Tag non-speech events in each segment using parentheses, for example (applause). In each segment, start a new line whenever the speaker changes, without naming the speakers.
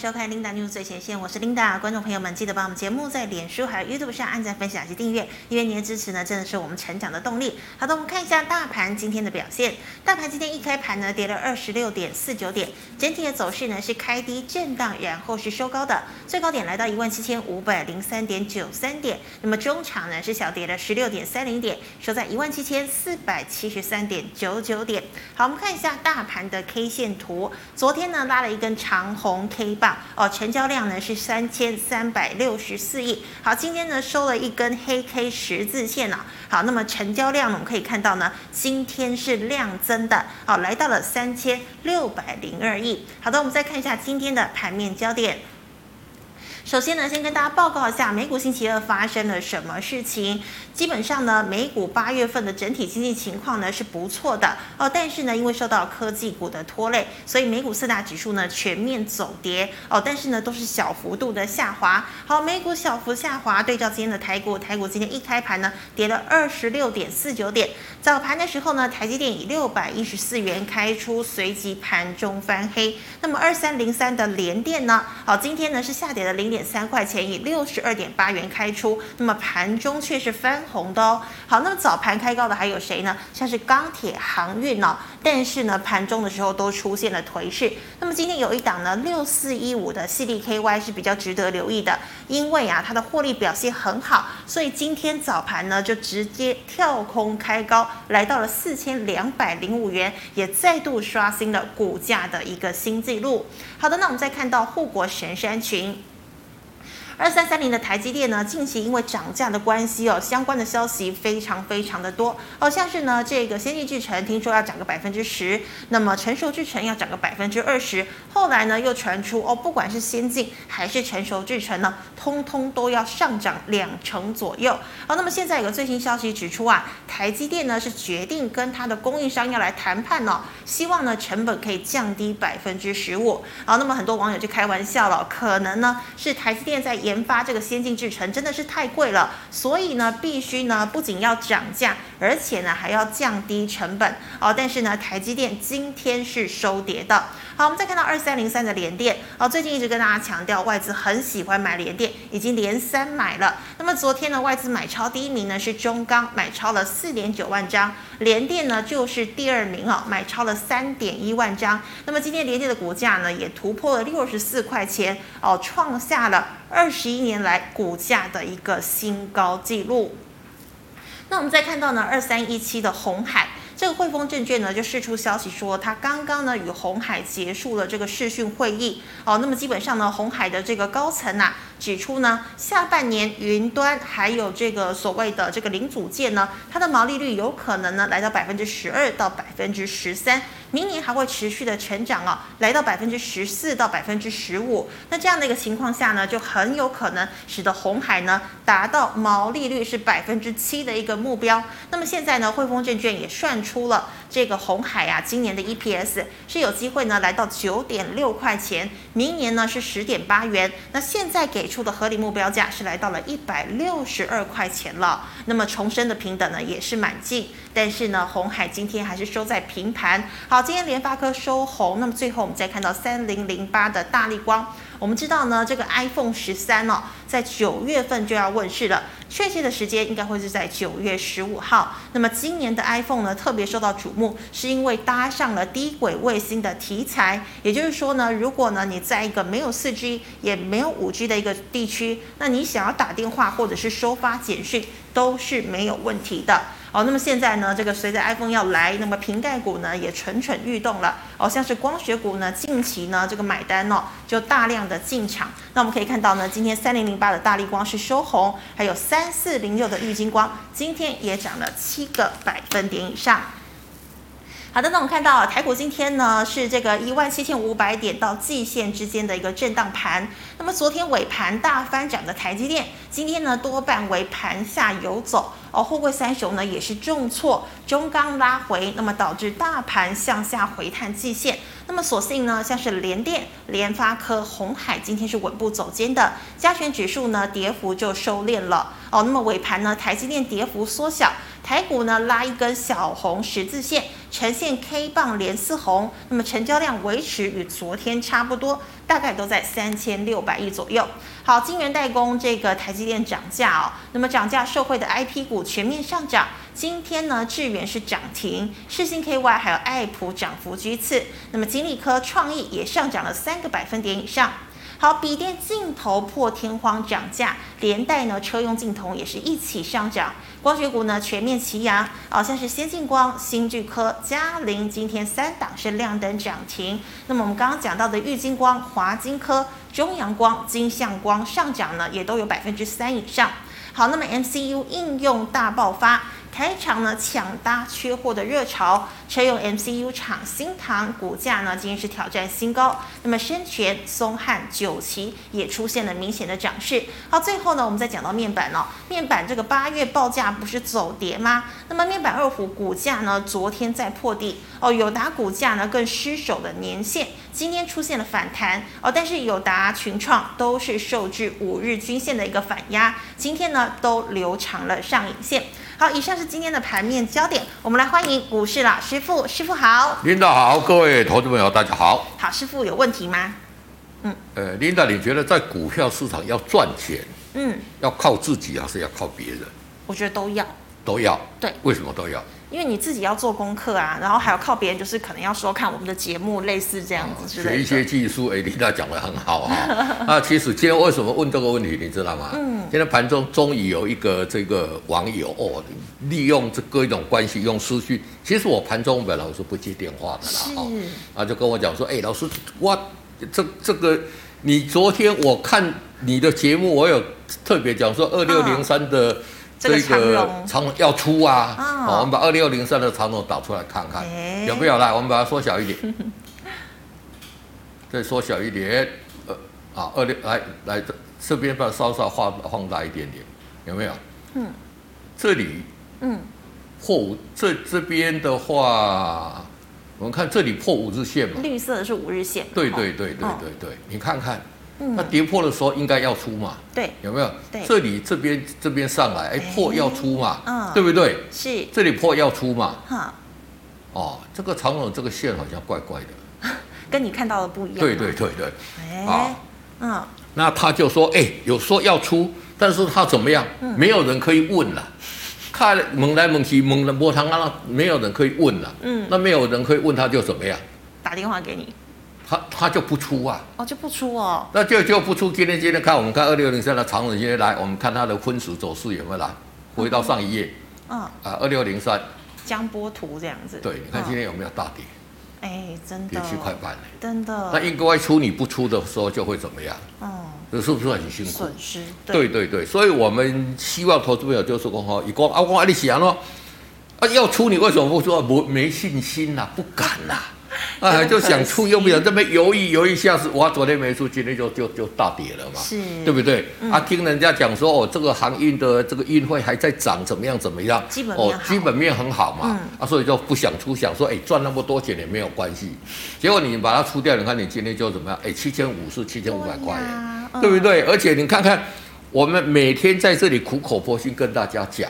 收看 Linda News 最前线，我是 Linda。观众朋友们，记得把我们节目在脸书还有 YouTube 上按赞、分享及订阅，因为您的支持呢，真的是我们成长的动力。好的，我们看一下大盘今天的表现。大盘今天一开盘呢，跌了二十六点四九点，整体的走势呢是开低震荡，然后是收高的，最高点来到一万七千五百零三点九三点。那么中场呢是小跌了十六点三零点，收在一万七千四百七十三点九九点。好，我们看一下大盘的 K 线图，昨天呢拉了一根长红 K 棒。哦，成交量呢是三千三百六十四亿。好，今天呢收了一根黑 K 十字线啊。好，那么成交量呢，我们可以看到呢，今天是量增的，好，来到了三千六百零二亿。好的，我们再看一下今天的盘面焦点。首先呢，先跟大家报告一下美股星期二发生了什么事情。基本上呢，美股八月份的整体经济情况呢是不错的哦，但是呢，因为受到科技股的拖累，所以美股四大指数呢全面走跌哦，但是呢都是小幅度的下滑。好，美股小幅下滑，对照今天的台股，台股今天一开盘呢跌了二十六点四九点，早盘的时候呢，台积电以六百一十四元开出，随即盘中翻黑。那么二三零三的联电呢，好，今天呢是下跌了零。点三块钱，以六十二点八元开出，那么盘中却是翻红的哦。好，那么早盘开高的还有谁呢？像是钢铁、航运哦，但是呢，盘中的时候都出现了颓势。那么今天有一档呢，六四一五的系列 KY 是比较值得留意的，因为啊，它的获利表现很好，所以今天早盘呢就直接跳空开高，来到了四千两百零五元，也再度刷新了股价的一个新纪录。好的，那我们再看到护国神山群。二三三零的台积电呢，近期因为涨价的关系哦，相关的消息非常非常的多哦，像是呢这个先进制程听说要涨个百分之十，那么成熟制程要涨个百分之二十，后来呢又传出哦，不管是先进还是成熟制程呢，通通都要上涨两成左右。好、哦，那么现在有个最新消息指出啊，台积电呢是决定跟它的供应商要来谈判哦，希望呢成本可以降低百分之十五。好、哦，那么很多网友就开玩笑了，可能呢是台积电在研研发这个先进制程真的是太贵了，所以呢，必须呢不仅要涨价，而且呢还要降低成本哦。但是呢，台积电今天是收跌的。好，我们再看到二三零三的联电哦，最近一直跟大家强调，外资很喜欢买联电，已经连三买了。那么昨天呢，外资买超第一名呢是中钢，买超了四点九万张，联电呢就是第二名哦，买超了三点一万张。那么今天联电的股价呢也突破了六十四块钱哦，创下了二十。十一年来股价的一个新高纪录。那我们再看到呢，二三一七的红海。这个汇丰证券呢就释出消息说，它刚刚呢与红海结束了这个视讯会议哦。那么基本上呢，红海的这个高层呐、啊、指出呢，下半年云端还有这个所谓的这个零组件呢，它的毛利率有可能呢来到百分之十二到百分之十三，明年还会持续的成长哦，来到百分之十四到百分之十五。那这样的一个情况下呢，就很有可能使得红海呢达到毛利率是百分之七的一个目标。那么现在呢，汇丰证券也算出。出了这个红海啊，今年的 EPS 是有机会呢来到九点六块钱，明年呢是十点八元。那现在给出的合理目标价是来到了一百六十二块钱了。那么重生的平等呢也是蛮近，但是呢红海今天还是收在平盘。好，今天联发科收红。那么最后我们再看到三零零八的大力光。我们知道呢，这个 iPhone 十三哦，在九月份就要问世了，确切的时间应该会是在九月十五号。那么今年的 iPhone 呢，特别受到瞩目，是因为搭上了低轨卫星的题材。也就是说呢，如果呢你在一个没有 4G 也没有 5G 的一个地区，那你想要打电话或者是收发简讯都是没有问题的。哦，那么现在呢，这个随着 iPhone 要来，那么瓶盖股呢也蠢蠢欲动了。哦，像是光学股呢，近期呢这个买单哦就大量的进场。那我们可以看到呢，今天三零零八的大力光是收红，还有三四零六的玉金光今天也涨了七个百分点以上。好的，那我们看到台股今天呢是这个一万七千五百点到季线之间的一个震荡盘。那么昨天尾盘大翻涨的台积电，今天呢多半为盘下游走。哦，货柜三雄呢也是重挫，中钢拉回，那么导致大盘向下回探季线。那么所幸呢，像是联电、联发科、红海今天是稳步走坚的，加权指数呢跌幅就收敛了。哦，那么尾盘呢，台积电跌幅缩小，台股呢拉一根小红十字线。呈现 K 棒连四红，那么成交量维持与昨天差不多，大概都在三千六百亿左右。好，晶圆代工这个台积电涨价哦，那么涨价受惠的 IP 股全面上涨。今天呢，智源是涨停，世星 KY 还有爱普涨幅居次，那么金利科、创意也上涨了三个百分点以上。好，笔电镜头破天荒涨价，连带呢车用镜头也是一起上涨。光学股呢全面齐扬，好、像是先进光、新巨科、嘉陵今天三档是亮灯涨停。那么我们刚刚讲到的玉金光、华金科、中阳光、金相光上涨呢也都有百分之三以上。好，那么 MCU 应用大爆发。台厂呢抢搭缺货的热潮，车用 MCU 厂新唐股价呢今日是挑战新高，那么深全、松汉、九旗也出现了明显的涨势。好，最后呢我们再讲到面板哦，面板这个八月报价不是走跌吗？那么面板二虎股价呢昨天在破底哦，友达股价呢更失守了年线，今天出现了反弹哦，但是友达、群创都是受制五日均线的一个反压，今天呢都留长了上影线。好，以上是今天的盘面焦点，我们来欢迎股市老师傅，师傅好。
领导好，各位投资朋友大家好。
好，师傅有问题吗？
呃，领导，你觉得在股票市场要赚钱，
嗯，
要靠自己还是要靠别人？
我觉得都要，
都要。
对
为什么都要？
因为你自己要做功课啊，然后还有靠别人，就是可能要收看我们的节目，类似这样子之
学
类
一些
的。
技术，哎，领导讲的很好哈、
(laughs)
那其实今天为什么问这个问题，你知道吗？嗯，今天盘中终于有一个这个网友哦，利用这各种关系用私讯，其实我盘中本来我是不接电话的啦，哦
是，
啊，就跟我讲说，哎、老师，我这这个，你昨天我看你的节目，我有特别讲说二六零三的
啊这个长
个
荣
长荣要出啊，
嗯
好，我们把二六零三的长荣打出来看看、
哎
有没有来，我们把它缩小一点，
(laughs)
再缩小一点，呃，啊，二六来来这这边把它稍稍放放大一点点，有没有？
嗯，
这里
嗯，
破五，这这边的话，我们看这里破五日线嘛。
绿色的是五日线。
对
哦
对对对
哦
对对，你看看，它
嗯，
跌破的时候应该要出嘛，
对，
有没有
对？
这里这边这边上来，哎，
哎
破要出
嗯
嘛，对不对？
是
这里破要出嘛，
哈，
哦，这个长龙这个线好像怪怪的，
跟你看到的不一样。啊
对对。对对。
哎
啊，
嗯，
那他就说，哎，有说要出，但是他怎么样？
嗯
没有人可以问了。看了猛来猛去，猛的摸他，那没有人可以问了。
嗯
那没有人可以问他就怎么样？
打电话给你，
他他就不出啊。
哦就不出哦。
那就就不出今天今天看，我们看二六零三的长荣今天来，我们看它的分时走势有没有来，回到上一页
嗯，
啊，二六零三，
江波图这样子。
对，你看
嗯
今天有没有大跌，
哎，真
跌
的。
七块半呢
真的。
那应该出你不出的时候就会怎么样？
嗯，
这是不是很辛苦？
损失。
对对对，所以我们希望投资朋友就是说哈，一光啊，光啊，你想咯，啊要出你为什么不出啊？没没信心呐、不敢呐、啊，
真可惜
就想出又不想，这边犹豫犹豫一下子，哇，昨天没出，今天就就就大跌了嘛，
是
对不对？啊，听人家讲说哦，这个航运的这个运费还在涨，怎么样怎么样？
基本面
哦
好，
基本面很好嘛，啊，所以就不想出，想说哎赚那么多钱也没有关系。结果你把它出掉，你看你今天就怎么样？哎，七千五是七千五百块耶。
呀
对不？
嗯
对？而且你看看，我们每天在这里苦口婆心跟大家讲。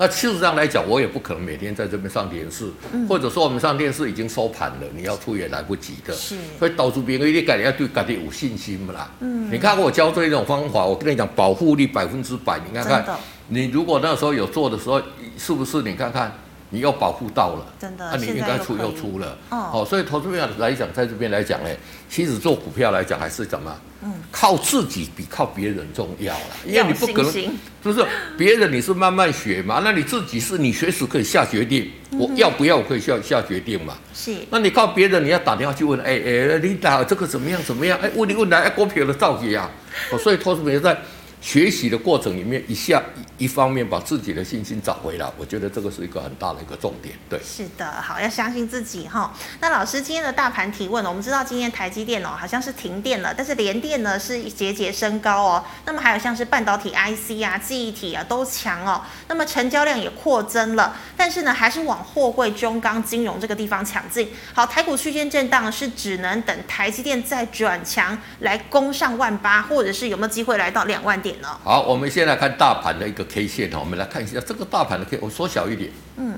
那事实上来讲，我也不可能每天在这边上电视，
嗯
或者说我们上电视已经收盘了，你要出也来不及的。
是
所以导致别人你感觉要对自己有信心不啦？嗯，你看我教这一种方法，我跟你讲，保护力百分之百。你看
真的
看，你如果那时候有做的时候，是不是你看看，你又保护到了？
真的
那、你
现
应
在
该
又
出
可
又
以
出了。
嗯
哦，所以投资朋友来讲，在这边来讲呢，其实做股票来讲还是怎么？靠自己比靠别人重要啦，因为你不可
要有
能
信心，
就是别人你是慢慢学嘛，那你自己是你随时可以下决定，
嗯
我要不要我可以下下决定嘛。
是
那你靠别人，你要打电话去问，哎哎，你打这个怎么样怎么样？哎，问你问来，哎，股票的造型啊。哦所以投资朋友在学习的过程里面，一下一一方面把自己的信心找回来，我觉得这个是一个很大的一个重点，对。
是的，好，要相信自己哈。那老师今天的大盘提问，我们知道今天台积电哦好像是停电了，但是联电呢是节节升高哦。那么还有像是半导体 IC 啊、记忆体啊都强哦。那么成交量也扩增了，但是呢还是往货柜、中钢、金融这个地方抢进。好，台股区间震荡是只能等台积电再转强来攻上万八，或者是有没有机会来到两万点呢？
好，我们先来看大盘的一个 K 线哈，我们来看一下这个大盘的 K，我缩小一点。嗯。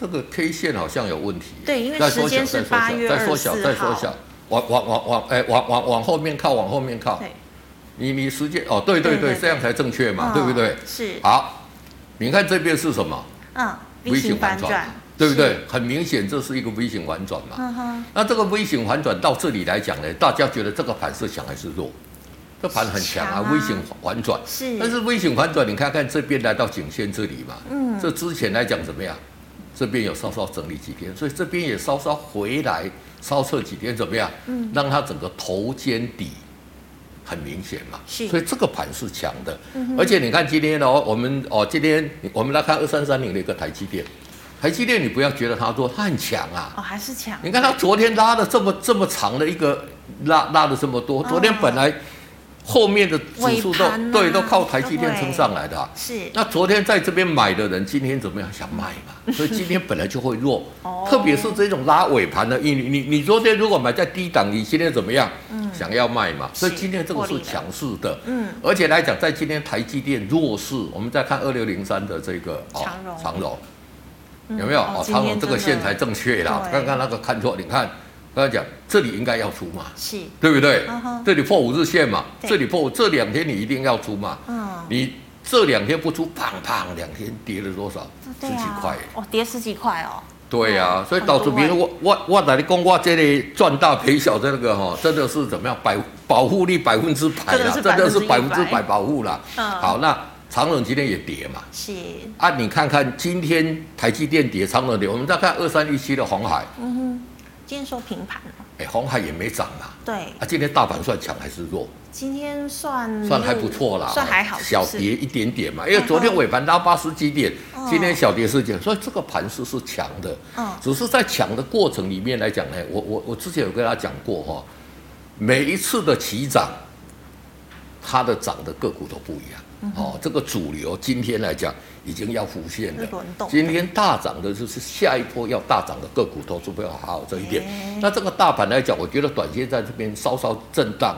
这个 K 线好像有问题。
对因为
再缩
时间
小
是
再缩
8
小
月
再缩小，
24
再缩小
号，
往往往往哎往往往后面靠，往后面靠。
对，
你你时间哦，对对
对对
对，
对
这样才正确嘛，
嗯
对不对？
是，
好，你看这边是什么
嗯，V 型反转，
啊对不对
是？？
很明显，这是一个 V 型反转嘛。
嗯哼，
那这个 V 型反转到这里来讲呢，大家觉得这个盘是强还是弱？这盘很强啊
强啊
，V 型反转。
是，
但是 V 型反转，你看看这边来到颈线这里嘛，
嗯
这之前来讲怎么样？这边有稍稍整理几天，所以这边也稍稍回来稍测几天，怎么样？
嗯，
让它整个头肩底很明显嘛，
是
所以这个盘是强的，
嗯
而且你看今天哦，我们哦，今天我们来看二三三零的一个台积电，台积电你不要觉得它弱，它很强啊，
哦，还是强，
你看它昨天拉的这么这么长的一个拉拉的这么多，昨天本来后面的指数都、
啊尾盘啊
对都靠台积电撑上来的啊、
是，
那昨天在这边买的人，今天怎么样想卖
(laughs)
嘛？所以今天本来就会弱
哦，
特别是这种拉尾盘的，你你你你昨天如果买在低档，你今天怎么样？想要卖嘛？所
嗯
以
是
今天这个
获利
是
了
强势的，
嗯，
而且来讲，在今天台积电弱势，我们再看二六零三的这个哦
长荣
长荣。
嗯
有没有？
哦
哦，
今
长
天
荣这个
真的
线才正确啦。
对
刚刚那个看错，你看，刚刚讲这里应该要出嘛，
是，
对不对
嗯哼？
这里破五日线嘛，
对
这里破这两天你一定要出嘛。
嗯，
你这两天不出，砰砰，两天跌了多少？十
对
几
啊
块。
哦，跌十几块哦，
对呀、
嗯
所以导致别
很
人
多嗯
我我我来讲，我这里赚大赔小这个哈，真的是怎么样百保护力百分之百啦，
真
真
的
的
是
是
百
百
分
分
之
之
百
百保护啦。
嗯
好，那长冷今天也跌嘛，
是，
啊，你看看今天台积电跌，长冷跌，我们再看二三一七的红海，
嗯哼，今天收平盘了，
哎，红海也没涨嘛，
对，
啊，今天大盘算强还是弱？
今天算
算还不错啦，
嗯算还好，
小
是不是
跌一点点嘛，因为昨天尾盘拉八十几点
哦，
今天小跌四点，所以这个盘势是强的。
嗯
只是在强的过程里面来讲呢，哎我我我之前有跟大家讲过哈、每一次的起涨，它的涨的个股都不一样。
嗯
哦，这个主流今天来讲已经要浮现了
是轮动，
今天大涨的就是下一波要大涨的个股，投资不要好好这一点
哎。
那这个大盘来讲，我觉得短线在这边稍稍震荡，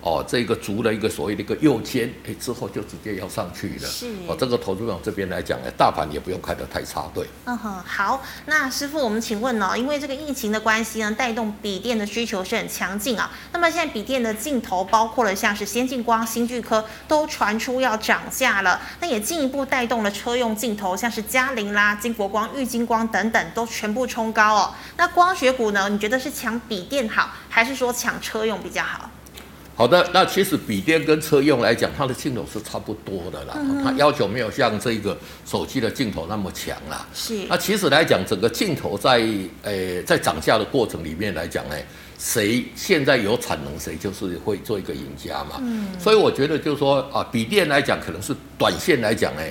哦，这个足了一个所谓的一个右肩，哎，之后就直接要上去了。
是
哦，这个投资者这边来讲呢，哎大盘也不用看得太差，对。
嗯哼，好，那师傅，我们请问哦，因为这个疫情的关系呢，带动笔电的需求是很强劲啊。那么现在笔电的镜头包括了像是先进光、新巨科都传出要涨价了，那也进一步带动了车用镜头，像是嘉陵啦、金国光、玉金光等等都全部冲高哦。那光学股呢，你觉得是抢笔电好，还是说抢车用比较好？
好的，那其实笔电跟车用来讲，它的镜头是差不多的啦，它要求没有像这个手机的镜头那么强啦。
是
那其实来讲，整个镜头在呃在涨价的过程里面来讲呢，谁现在有产能，谁就是会做一个赢家嘛。嗯，所以我觉得就是说啊，笔电来讲，可能是短线来讲呢，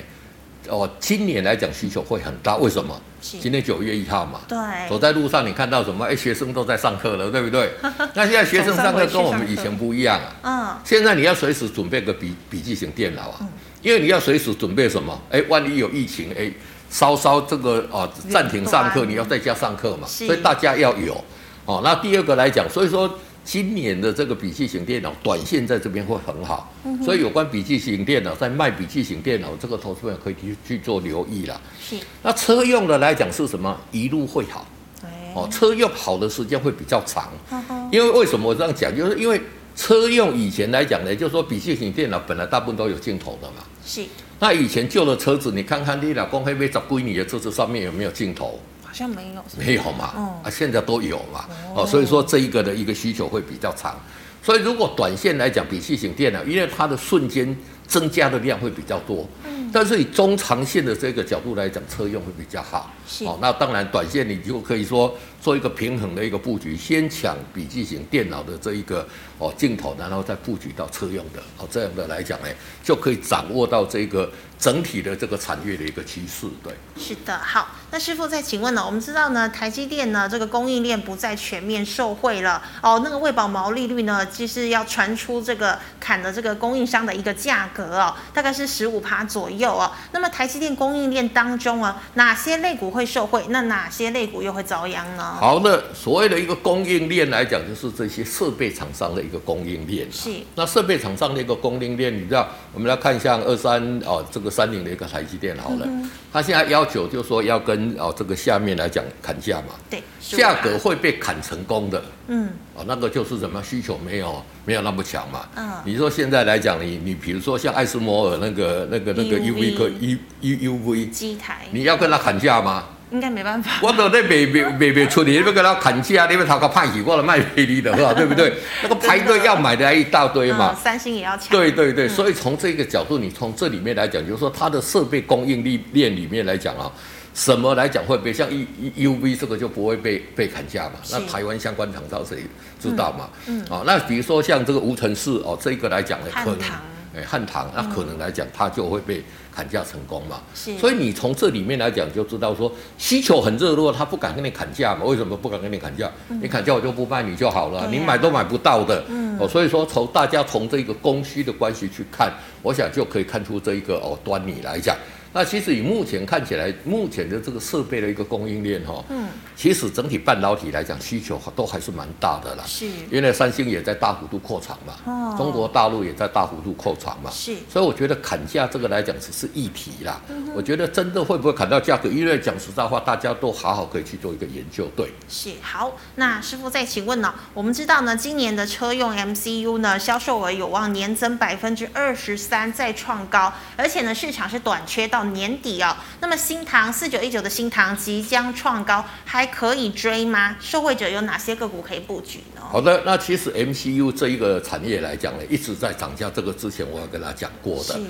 哦，今年来讲需求会很大，为什么？
是
今天九月一号嘛，
对，
走在路上，你看到什么？哎，学生都在上课了，对不对？ (laughs) 那现在学生上课跟我们以前不一样啊。
嗯，
现在你要随时准备个笔笔记型电脑啊，因为你要随时准备什么？哎，万一有疫情，哎，稍稍这个啊
端
暂停上课，你要在家上课嘛，
是
所以大家要有。哦，那第二个来讲，所以说今年的这个笔记型电脑短线在这边会很好，所以有关笔记型电脑在卖笔记型电脑这个投资朋友可以去去做留意啦。
是，
那车用的来讲是什么？一路会好。
对，
哦，车用好的时间会比较长，
呵呵
因为为什么我这样讲？就是因为车用以前来讲呢，就是说笔记型电脑本来大部分都有镜头的嘛。
是，
那以前旧的车子，你看看你老公会不会找闺女的车子上面有没有镜头？
好像没有，
没有嘛，
嗯
啊，现在都有嘛，哦，所以说这一个的一个需求会比较长，所以如果短线来讲，笔记型电脑，因为它的瞬间增加的量会比较多，嗯，但是以中长线的这个角度来讲，车用会比较好，
是
哦，那当然短线你就可以说做一个平衡的一个布局，先抢笔记型电脑的这一个哦镜头，然后再布局到车用的，哦，这样的来讲呢，就可以掌握到这个整体的这个产业的一个趋势，对。
是的，好，那师傅再请问呢？我们知道呢，台积电呢这个供应链不再全面受惠了哦，那个卫保毛利率呢，就是要传出这个砍了这个供应商的一个价格哦，大概是十五趴左右哦。那么台积电供应链当中啊，哪些类股会受惠？那哪些类股又会遭殃呢？
好，那所谓的一个供应链来讲，就是这些设备厂商的一个供应链、啊。
是
那设备厂商的一个供应链，你知道，我们来看像二三哦，这个三菱的一个台积电好了，
嗯
它现在要求就说要跟哦这个下面来讲砍价嘛，
对，15%
价格，会被砍成功的。
嗯，
啊，那个就是什么需求没有没有那么强嘛。
嗯
你说现在来讲，你你比如说像艾斯摩尔那个那个那个
EUV
UV 可 U U UV，
机台
你要跟他砍价吗？
应该没办法，
我都在卖卖卖不出去，你要跟他砍价，你要头壳派去，我来卖给你的话，对不对？那个排队要买的还一大堆
嗯，。
嘛 (laughs)
三星也要抢，
对对对，所以从这个角度，你从这里面来讲，就是说它的设备供应链里面来讲啊，什么来讲会被像 U U V 这个就不会被被砍价嘛？
是
那台湾相关厂商谁知道嘛？嗯，啊，那比如说像这个无尘室哦，这个来讲呢，
汉
可能
唐
哎汉唐，那可能来讲它就会被砍价成功嘛。
是
所以你从这里面来讲就知道说需求很热络，他不敢跟你砍价嘛？为什么不敢跟你砍价？你砍价我就不卖你就好
嗯
了，
对啊嗯
你买都买不到的。哦，所以说从大家从这个供需的关系去看，我想就可以看出这一个哦端倪来讲。那其实以目前看起来，目前的这个设备的一个供应链哈、哦，
嗯，
其实整体半导体来讲需求都还是蛮大的啦。
是
因为三星也在大幅度扩厂嘛，
哦
中国大陆也在大幅度扩厂嘛，
是
所以我觉得砍价这个来讲只是议题啦。
嗯
我觉得真的会不会砍到价格，因为讲实在话，大家都好好可以去做一个研究。对，
是好，那师傅再请问呢、我们知道呢，今年的车用 MCU 呢销售额有望年增百分之二十三，再创高，而且呢市场是短缺到年底哦。那么新唐四九一九的新唐即将创高，还可以追吗？受惠者有哪些个股可以布局呢？
好的，那其实 MCU 这一个产业来讲呢，一直在涨价，这个之前我有跟大家讲过的
是。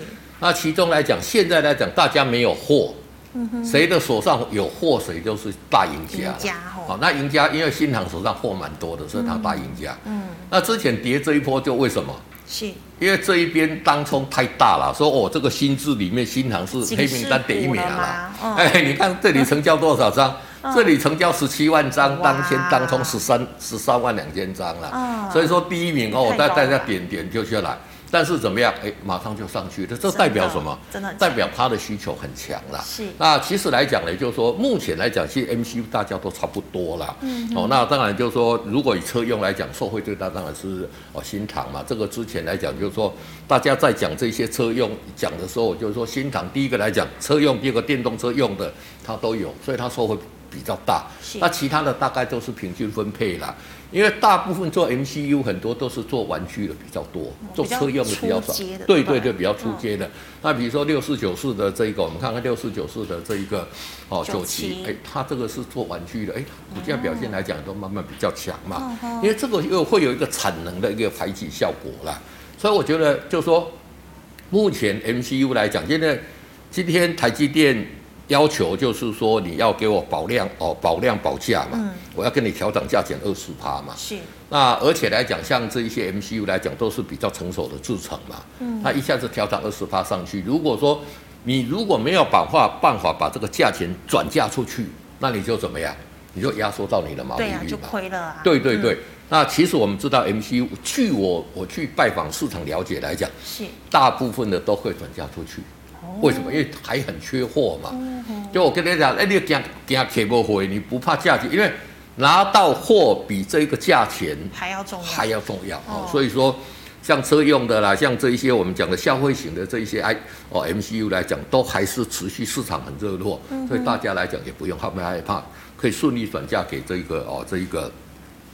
那其中来讲，现在来讲，大家没有货，谁的手上有货，谁就是大赢家啦。
嗯赢家哦
好，那赢家因为新塘手上货蛮多的，所以他大赢家。嗯，那之前跌这一波就为什么？
是
因为这一边当冲太大了，说哦，这个新制里面新塘是黑名单第一
警示股
名
了
啦
吗。
(laughs)
嗯
哎，你看这里成交多少张？这里成交十七万张，
哇
当天当冲十三十三万两千张了。
嗯
所以说第一名哦，
太
大
高
大家
了
点点就下来。但是怎么样？哎，马上就上去了，这
真的
代表什么？
真的很
代
强
表它的需求很强啦。
是
那其实来讲呢，就是说目前来讲，其实 MCU 大家都差不多啦。嗯。哦，那当然就是说，如果以车用来讲，受惠最大当然是哦新唐嘛。这个之前来讲，就是说大家在讲这些车用讲的时候，就是说新唐第一个来讲车用，第二个电动车用的它都有，所以它受惠比较大
是。
那其他的大概都是平均分配啦。因为大部分做 MCU 很多都是做玩具的比较多，做
哦比较
车用的比较
初
少
阶的。
对
对
对对，比较出街的。那比如说六四九四的这一个，我们看看六四九四的这一个哦
九
九
七
七，哎，它这个是做玩具的，哎，股价表现来讲都慢慢比较强嘛，因为这个又会有一个产能的一个排挤效果啦。所以我觉得就是说，目前 MCU 来讲，现在今天台积电。要求就是说，你要给我保量哦，保量保价嘛，我要跟你调整价减二十趴嘛，
是
那而且来讲，像这一些 MCU 来讲，都是比较成熟的制程嘛。嗯，它一下子调涨二十趴上去，如果说你如果没有把话办法把这个价钱转嫁出去，那你就怎么样？你就压缩到你的毛利
对啊，
率
就
嘛。
亏了啊。
对对对。那其实我们知道 MCU，据我我去拜访市场了解来讲，
是
大部分的都会转嫁出去。
哦
为什么？因为还很缺货嘛。
嗯
就我跟你讲，哎、你惊惊客不回，你不怕价钱，因为拿到货比这个价钱
还要重要，
还要重要哦
哦。
所以说，像车用的啦，像这一些我们讲的消费型的这一些 I 哦 MCU 来讲，都还是持续市场很热络，
嗯
所以大家来讲也不用害怕害怕，可以顺利转嫁给这一个哦这一个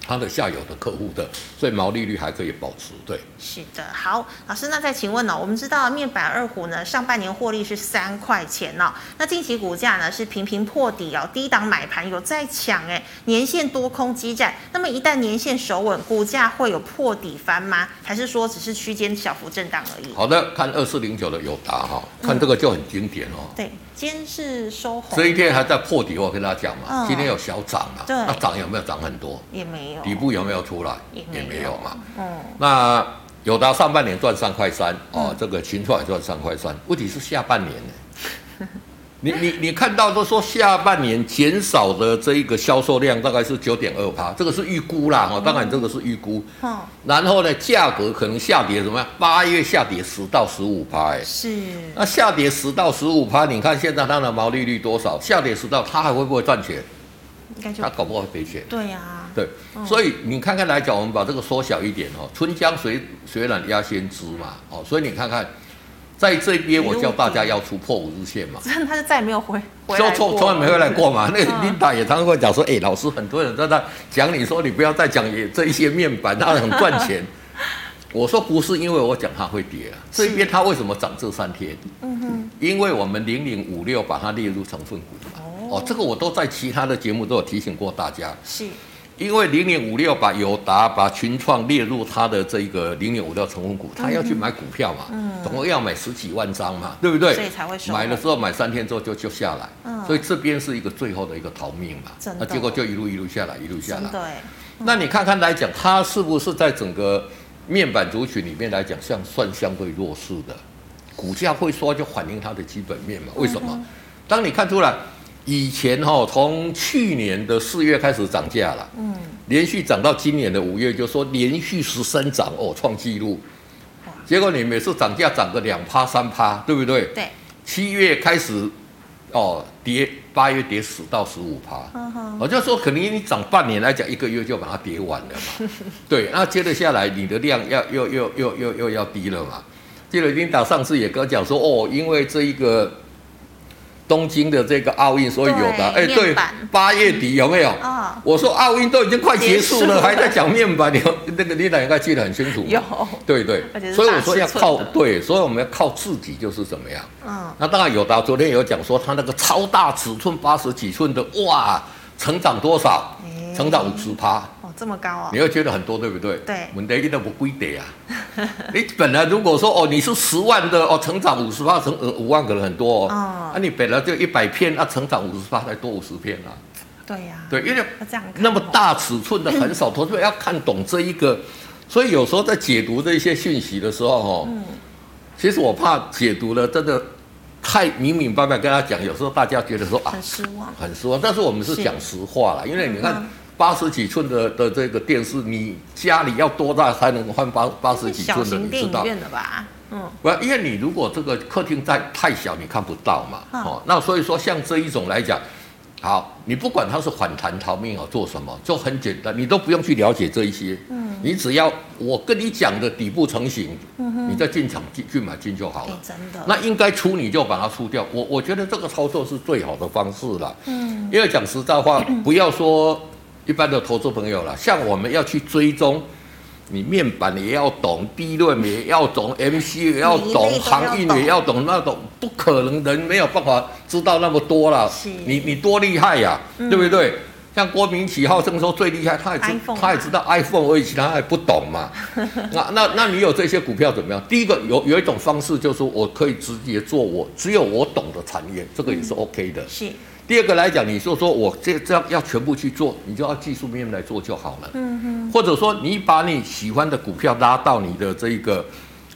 它的下游的客户的，所以毛利率还可以保持对。
是的，好，老师，那再请问呢、哦我们知道面板二虎呢，上半年获利是三块钱哦，那近期股价呢是频频破底哦，低档买盘有在抢哎，年线多空激战，那么一旦年线守稳，股价会有破底翻吗？还是说只是区间小幅震荡而已？
好的，看二四零九的友达哈，
嗯
看这个就很经典哦。
对，今天是收红，
这一天还在破底，我跟大家讲嘛
嗯，
今天有小涨嘛，
对
那涨有没有涨很多？
也没有，
底部有没有出来？
哦也没
也
有
没有嘛。
嗯，
那友达上半年赚三块三哦，这个群创也赚三块三，问题是下半年呢？ (laughs) 你你你看到都说下半年减少的这一个销售量大概是九点二趴，这个是预估啦，哦，
嗯
当然这个是预估。
哦，
然后呢，价格可能下跌怎么样？八月下跌十到十五趴，哎、
是
那下跌十到十五趴，你看现在它的毛利率多少？下跌十到，它还会不会赚钱？
应该就
它搞不好会赔钱。
对啊，
对，所以你看看来讲，我们把这个缩小一点哦，春江水水暖鸭先知嘛，哦，所以你看看，在这边我叫大家要出破五日线嘛，
真的他就再也没有回回
就
来
从
过
从来没回来过嘛。那个
嗯
Linda 也常常会讲说，哎、老师，很多人在那讲你说你不要再讲也这一些面板，它很赚
(laughs)
钱。我说不是因为我讲它会跌啊，这边它为什么涨这三天？
嗯哼，
因为我们零零五六把它列入成分股嘛。哦，这个我都在其他的节目都有提醒过大家。
是
因为零零五六把友达、把群创列入它的这个零零五六成分股，他要
嗯
去买股票嘛，总共要买十几万张嘛，对不对？
所以才会收啊
买的时候买三天之后就就下来，
嗯
所以这边是一个最后的一个逃命嘛
真，的
那结果就一路一路下来，一路下
真
来。
的哎，
那你看看来讲，它是不是在整个面板族群里面来讲，像算相对弱势的？股价会说就反映它的基本面
嗯
嘛？为什么？当你看出来，以前哈、哦、从去年的四月开始涨价了，
嗯，
连续涨到今年的五月，就说连续十三涨哦，创纪录
哇。
结果你每次涨价涨个两趴三趴，对不对？
对，
七月开始哦跌，八月跌十到十五趴。
嗯哼，
我就说，可能你涨半年来讲，一个月就把它跌完了
(laughs)
嘛。对，那接着下来，你的量要又又又又又要低了嘛。记得琳达上次也跟我讲说，哦，因为这一个东京的这个奥运，所以有的，
对
哎，
面
对
板，
八月底有没有？
哦，
我说奥运都已经快结束
结束
了，
了
还在讲面板，你那个琳达应该记得很清楚。
有，
对对
而且，是
所以我
大
说
尺
要
寸
靠
的
对，所以我们要靠自己，就是怎么样？
嗯，
那当然有的，昨天有讲说它那个超大尺寸八十几寸的，哇，成长多少？
哎
成长五十趴，
哦，这么高哦
你，会觉得很多，对不对？
对
我们的一都不规得啊。 (laughs) 你本来如果说哦，你是十万的哦，成长五十趴，成五万可能很多哦。
嗯
那、你本来就一百片，那、成长五十趴才多五十片啊。
对呀，
对，因为
要这样看
那么
哦
大尺寸的很少，投资者要看懂这一个， (coughs) 所以有时候在解读这些讯息的时候，哈、
嗯
其实我怕解读了真的太明明白白跟他讲，有时候大家觉得说啊
很失望，
很失望，但是我们是
是
讲实话啦，因为你看
嗯。
八十几寸的的这个电视，你家里要多大才能换八八十几
小
寸的？
型
你
电
知
影
道？
院的吧？嗯，
不，因为你如果这个客厅在太小，你看不到嘛。
嗯
哦，那所以说像这一种来讲，好，你不管它是反弹逃命啊，做什么，就很简单，你都不用去了解这一些。嗯，你只要我跟你讲的底部成型，你再进场进去买进就好
哎
了，。
真的，
哦那应该出你就把它出掉，我我觉得这个操作是最好的方式了。
嗯，
因为讲实在
(clears throat)
话，不要说一般的投资朋友了，像我们要去追踪，你面板也要懂，低论也要懂，MC 也要
每一类都
懂
要，
航运
懂
也要懂，那种不可能人没有办法知道那么多啦
是。嗯
你你多厉害呀、对不对？像郭明奇号称说最厉害，他也知
iPhone 啊
他也知道 iPhone，而已，其他还不懂
(laughs)
嘛。那那那你有这些股票怎么样？第一个有有一种方式就是说我可以直接做我只有我懂的产业，这个也是
嗯
OK 的。
是，
第二个来讲，你就说我这这样要全部去做，你就要技术面来做就好了。
嗯哼，
或者说，你把你喜欢的股票拉到你的这个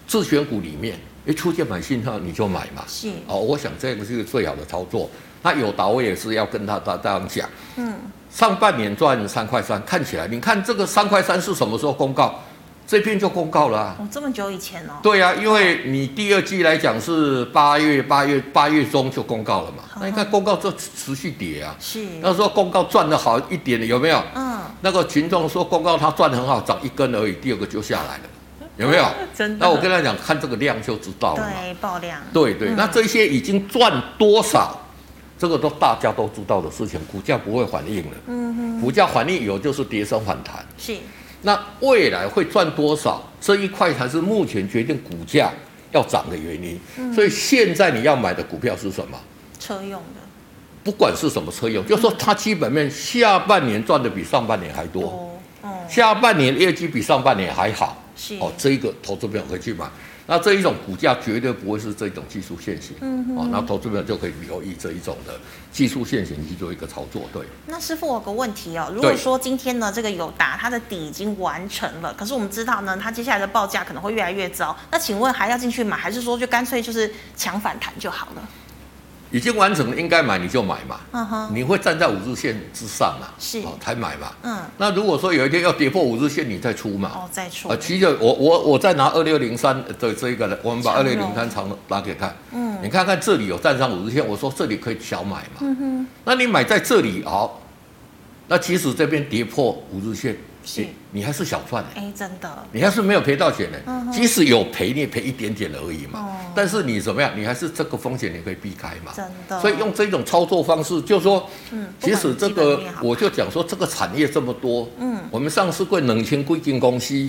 自选股里面，一出现买信号你就买嘛。
是
哦，我想这个是最好的操作。那有达我也是要跟他他这样讲，
嗯，
上半年赚三块三，看起来你看这个三块三是什么时候公告？这篇就公告了、啊。
哦，这么久以前哦，
对呀、啊，因为你第二季来讲是八月八月八月中就公告了嘛，那你看公告就持续跌啊。
是，
那时候公告赚的好一点的有没有？
嗯，
那个群众说公告他赚得很好，涨一根而已，第二个就下来了，有没有？
真的，
那我跟他讲，看这个量就知道了嘛。
对嗯爆量，
对对，那这些已经赚多少，这个都大家都知道的事情，股价不会反应了。
嗯哼，
股价反应有就是跌升反弹，
是，
那未来会赚多少这一块才是目前决定股价要涨的原因。
嗯
所以现在你要买的股票是什么？
车用的
不管是什么车用，就说它基本面下半年赚的比上半年还多，
多，哦，
下半年业绩比上半年还好，
是，
哦，这一个投资朋友可以去买。那这一种股价绝对不会是这种技术线型，
嗯
哦，那投资朋友就可以留意这一种的技术线型去做一个操作，对。
那师傅，我有个问题哦，如果
对
说今天呢，这个友达它的底已经完成了，可是我们知道呢，它接下来的报价可能会越来越糟，那请问还要进去买，还是说就干脆就是抢反弹就好了？
已经完成了，应该买你就买嘛，
嗯哼，
你会站在五日线之上嘛，
是
哦，才买嘛。
嗯，
那如果说有一天要跌破五日线，你再出嘛。
哦，再出
啊，，其实我我我再拿二六零三的这一个来，我们把二
长
六
荣
零三长龙拿给看，
哦嗯
你看看这里有站上五日线，我说这里可以小买嘛，
嗯哼，
那你买在这里好，那其实这边跌破五日线，
是
你你还是小赚的、
哎，真的，
你还是没有赔到钱的、
嗯哼
即使有赔，你也赔一点点而已嘛、
哦
但是你怎么样，你还是这个风险你可以避开嘛。
真的，
所以用这种操作方式，就说，
嗯不
其
管
实这
基本
个
面好
我就讲说，这个产业这么多，
嗯，
我们上市柜冷清贵金公司，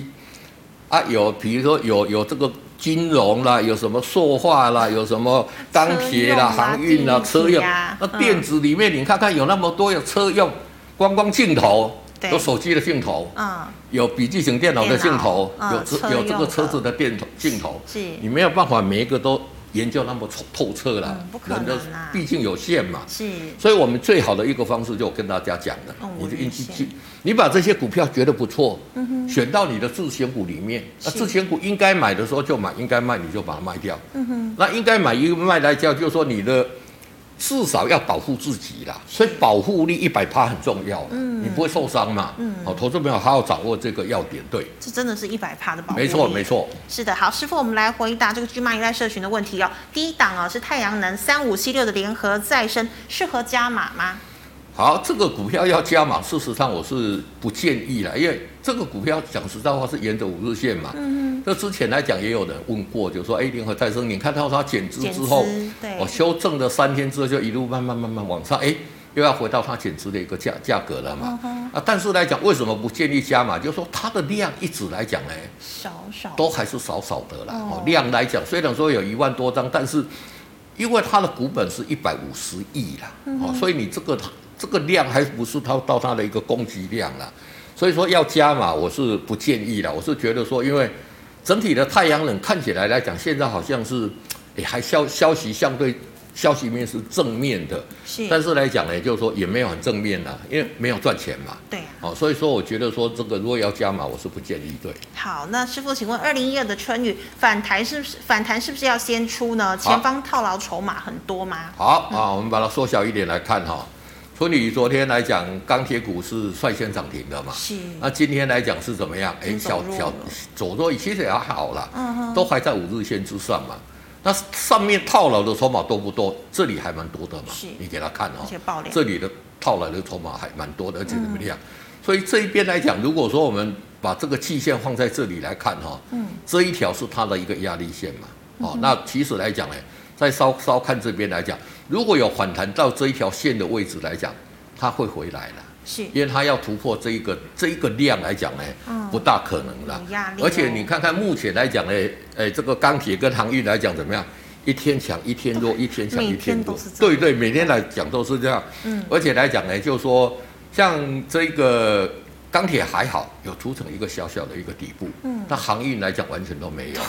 啊，有比如说有有这个金融啦，有什么塑化啦，有什么钢
车
铁啦、
用啦
航运啦、
电
车
器
用
啊，
那
嗯
电子里面你看看有那么多有车用光光镜头，
对
有手机的镜头，
嗯，
有笔记型电脑的镜头，
电脑
有
嗯车
车有这
用
个
的
车子的电头镜头，
是
你没有办法每一个都研究那么透透彻啦
嗯不，可
人的
能啊
毕竟有限嘛。
是，
所以我们最好的一个方式，就我跟大家讲的，
嗯
你就
我理
运
解
气去，你把这些股票觉得不错，
嗯哼，
选到你的自选股里面，那
是
自选股应该买的时候就买，应该卖你就把它卖掉。
嗯哼，
那应该买一个卖来掉，就是说你的至少要保护自己啦，所以保护力一百趴很重要啦，
嗯
你不会受伤嘛。
嗯
好，投资朋友好好掌握这个要点，对，
这真的是一百趴的保护
没错
力
没错。
是的，好，师傅，我们来回答这个巨妈一代社群的问题哦。第一档哦是太阳能三五七六的联合再生，适合加码吗？
好，这个股票要加码，事实上我是不建议啦，因为这个股票讲实在话是沿着五日线嘛。
嗯
这之前来讲也有人问过，就说哎，联合再生，你看到它减资
减
之后
资对，
我修正了三天之后就一路慢慢慢慢往上，哎，又要回到它减资的一个价价格了嘛。
嗯
啊，但是来讲，为什么不建议加码？就是说它的量一直来讲呢，哎
少少
都还是少少的啦。
哦
哦，量来讲，虽然说有一万多张，但是因为它的股本是一百五十亿啦，
嗯
哦，所以你这个这个量还不是它到它的一个供给量啦，所以说要加码，我是不建议啦。我是觉得说，因为整体的太阳能看起来来讲，现在好像是，诶、还消消息相对消息面是正面的，
是，
但是来讲呢，就是说也没有很正面啦，因为没有赚钱嘛。
对啊。
哦，所以说我觉得说这个如果要加码，我是不建议对。
好，那师傅，请问二零一二的春雨反弹是不是反弹是不是要先出呢？
啊
前方套牢筹码很多吗？
好啊，我们把它缩小一点来看哈、春雨昨天来讲，钢铁股是率先涨停的嘛？
是，
那今天来讲是怎么样？哎，
已经走
小
弱
小
了
走弱其实也还好啦，
嗯哼，
都还在五日线之上嘛。那上面套牢的筹码多不多？这里还蛮多的嘛
是。
你给他看哦
而，且爆量，
这里的套牢的筹码还蛮多的，而且怎么样？所以这一边来讲，如果说我们把这个季线放在这里来看哈、
嗯，
这一条是它的一个压力线嘛。哦，那其实来讲呢，在稍稍看这边来讲，如果有反弹到这一条线的位置来讲，它会回来了，
是 (laughs)
因为它要突破这一个这一个量来讲呢
嗯，
不大可能啦。
有压力哦
而且你看看目前来讲呢，哎，这个钢铁跟航运来讲怎么样？一天强一天弱，一天强
每
一天
天都
弱
是，这样
对对，每天来讲都是这样。
嗯，
而且来讲呢，就是说像这个钢铁还好，有组成一个小小的一个底部。
嗯
那航运来讲完全都没有。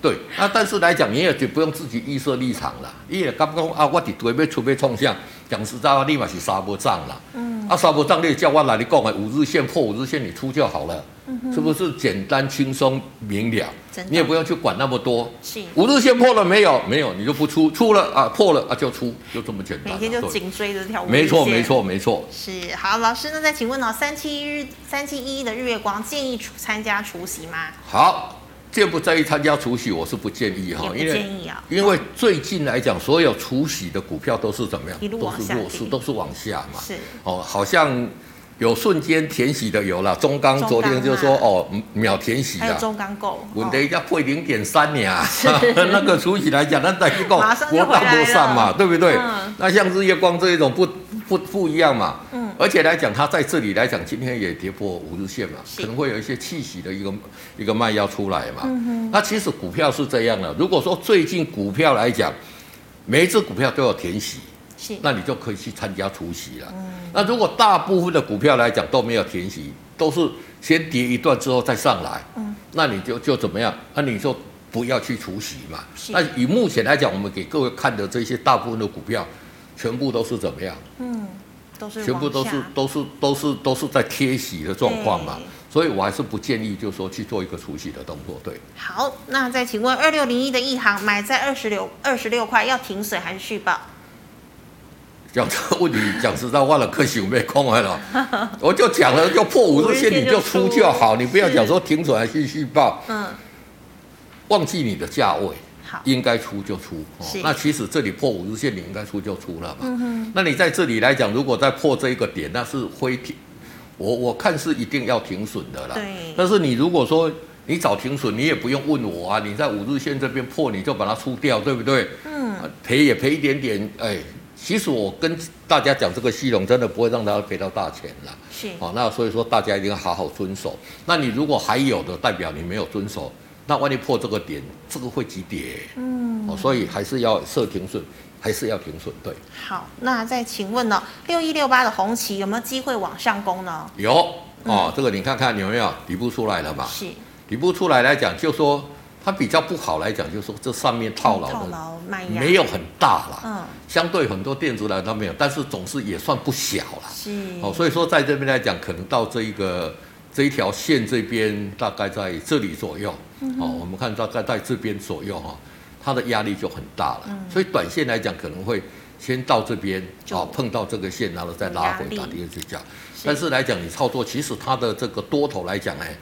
对，
对，那但是来讲，你也就不用自己预设立场啦。你也刚刚啊，我伫对面出面冲向，讲实在话，立马是杀波涨啦。
嗯，
啊，杀波涨，你叫我来你讲的五日线破五日线，你出就好了，是不是简单轻松明了
嗯真？的
你也不用去管那么多。
是
五日线破了没有？没有，你就不出，出了啊，破了啊就出，就这么简单
每
啦。
天就
对，
紧追着这条五
没
日
错，
线
没。错，没错。
是好，老师，那再请问哦，三七一日三七一一的日月光建议出参加除夕吗？
好，介不在意参加除夕，我是不建议
也
哈，
不
因为
建议啊
因为最近来讲，所有除夕的股票都是怎么样
一路？
都
往下
是弱势，
跌
都是往下嘛。
是
哦，好像有瞬间填息的有了，中钢
中钢
昨天就说
啊
哦秒填息
还有
啊。
中钢构，
稳
哦
得一下破零点三呀， (laughs) 那个除起来讲，那再去够
马上就
国道
回来了
多上嘛，对不对？
嗯
那像日月光这一种不不不一样嘛，
嗯
而且来讲，它在这里来讲，今天也跌破五日线嘛，
是
可能会有一些气息的一个一个卖压出来嘛。
嗯哼
那其实股票是这样的，如果说最近股票来讲，每一只股票都有填息，
是
那你就可以去参加除息了。那如果大部分的股票来讲都没有填息，都是先跌一段之后再上来，
嗯
那你就就怎么样？那你就不要去除息嘛
是。
那以目前来讲，我们给各位看的这些大部分的股票，全部都是怎么样？
嗯，都是
全部
往
都是
下
都是都是都是在贴息的状况嘛
对。
所以我还是不建议，就是说去做一个除息的动作。对，
好。那再请问二六零一的一行买在二十六二十六块要停损还是续报？
讲这个问题，讲实在话了，可惜我没空
(laughs)
了啦。我就讲了，就破五日线你就出就好，你不要讲说停损还是续报，
嗯，
忘记你的价位，
好，
应该出就出。哦
是
那其实这里破五日线，你应该出就出了嘛。那你在这里来讲，如果再破这一个点，那是会停。我我看是一定要停损的啦。
对
但是你如果说你找停损，你也不用问我啊，你在五日线这边破，你就把它出掉，对不对？
嗯，
啊赔也赔一点点，哎，其实我跟大家讲，这个系统真的不会让大家赔到大钱啦。
是，
好、那所以说大家一定要好好遵守。那你如果还有的，代表你没有遵守，那万一破这个点，这个会急跌。
嗯，
哦，所以还是要设停损，还是要停损。对，
好，那再请问呢，六一六八的红旗有没有机会往上攻呢？
有哦，这个你看看有没有底部出来了嘛？
是，
底部出来来讲，就说它比较不好来讲，就说这上面套牢
嗯套
的
牢卖压
没有，很大啦，
嗯，
相对很多电子来它没有，但是总是也算不小啦。
是，
哦，所以说在这边来讲，可能到这一个这一条线这边大概在这里左右，
嗯
哦，我们看大概在这边左右哈、它的压力就很大了，所以短线来讲可能会先到这边，
嗯就
哦，碰到这个线，然后再拉回
压力
打第二只脚。
是
但是来讲，你操作其实它的这个多头来讲，哎。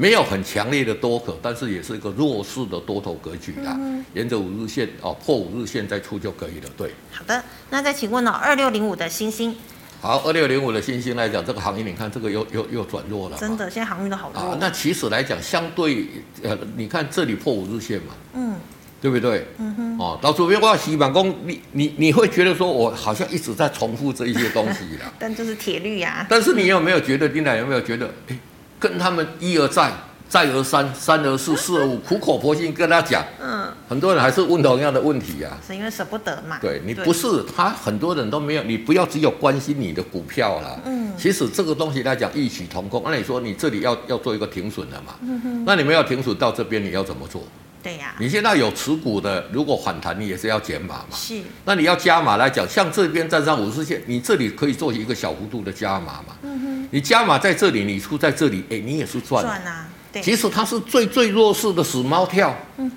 没有很强烈的多可，但是也是一个弱势的多头格局啦。
嗯
沿着五日线哦，破五日线再出就可以了。对，
好的，那再请问呢，二六零五的星星，
好，二六零五的新星来讲，这个行业你看这个又又又转弱了嘛，
真的现在航运都好弱，
啊，那其实来讲，相对呃，你看这里破五日线嘛，
嗯
对不对？
嗯哼，
哦，到主编话洗板工，你你你会觉得说我好像一直在重复这一些东西
(laughs)，
啦
但就是铁律啊呀，
但是你有没有觉得，丁奶有没有觉得，哎，跟他们一而再，再而三，三而四，四而五，苦口婆心跟他讲，
嗯，
很多人还是问同样的问题啊呀、
是因为舍不得嘛，
对你不是他，很多人都没有，你不要只有关心你的股票啦。
嗯，
其实这个东西来讲异曲同工。按理说你这里要要做一个停损的嘛，
嗯
那你们要停损到这边，你要怎么做？
对呀，
你现在有持股的，如果反弹，你也是要减码嘛。
是，
那你要加码来讲，像这边站上五十线，你这里可以做一个小幅度的加码嘛。
嗯哼，
你加码在这里，你出在这里，哎，你也是赚的。
赚啊，对，
其实它是最最弱势的死猫跳，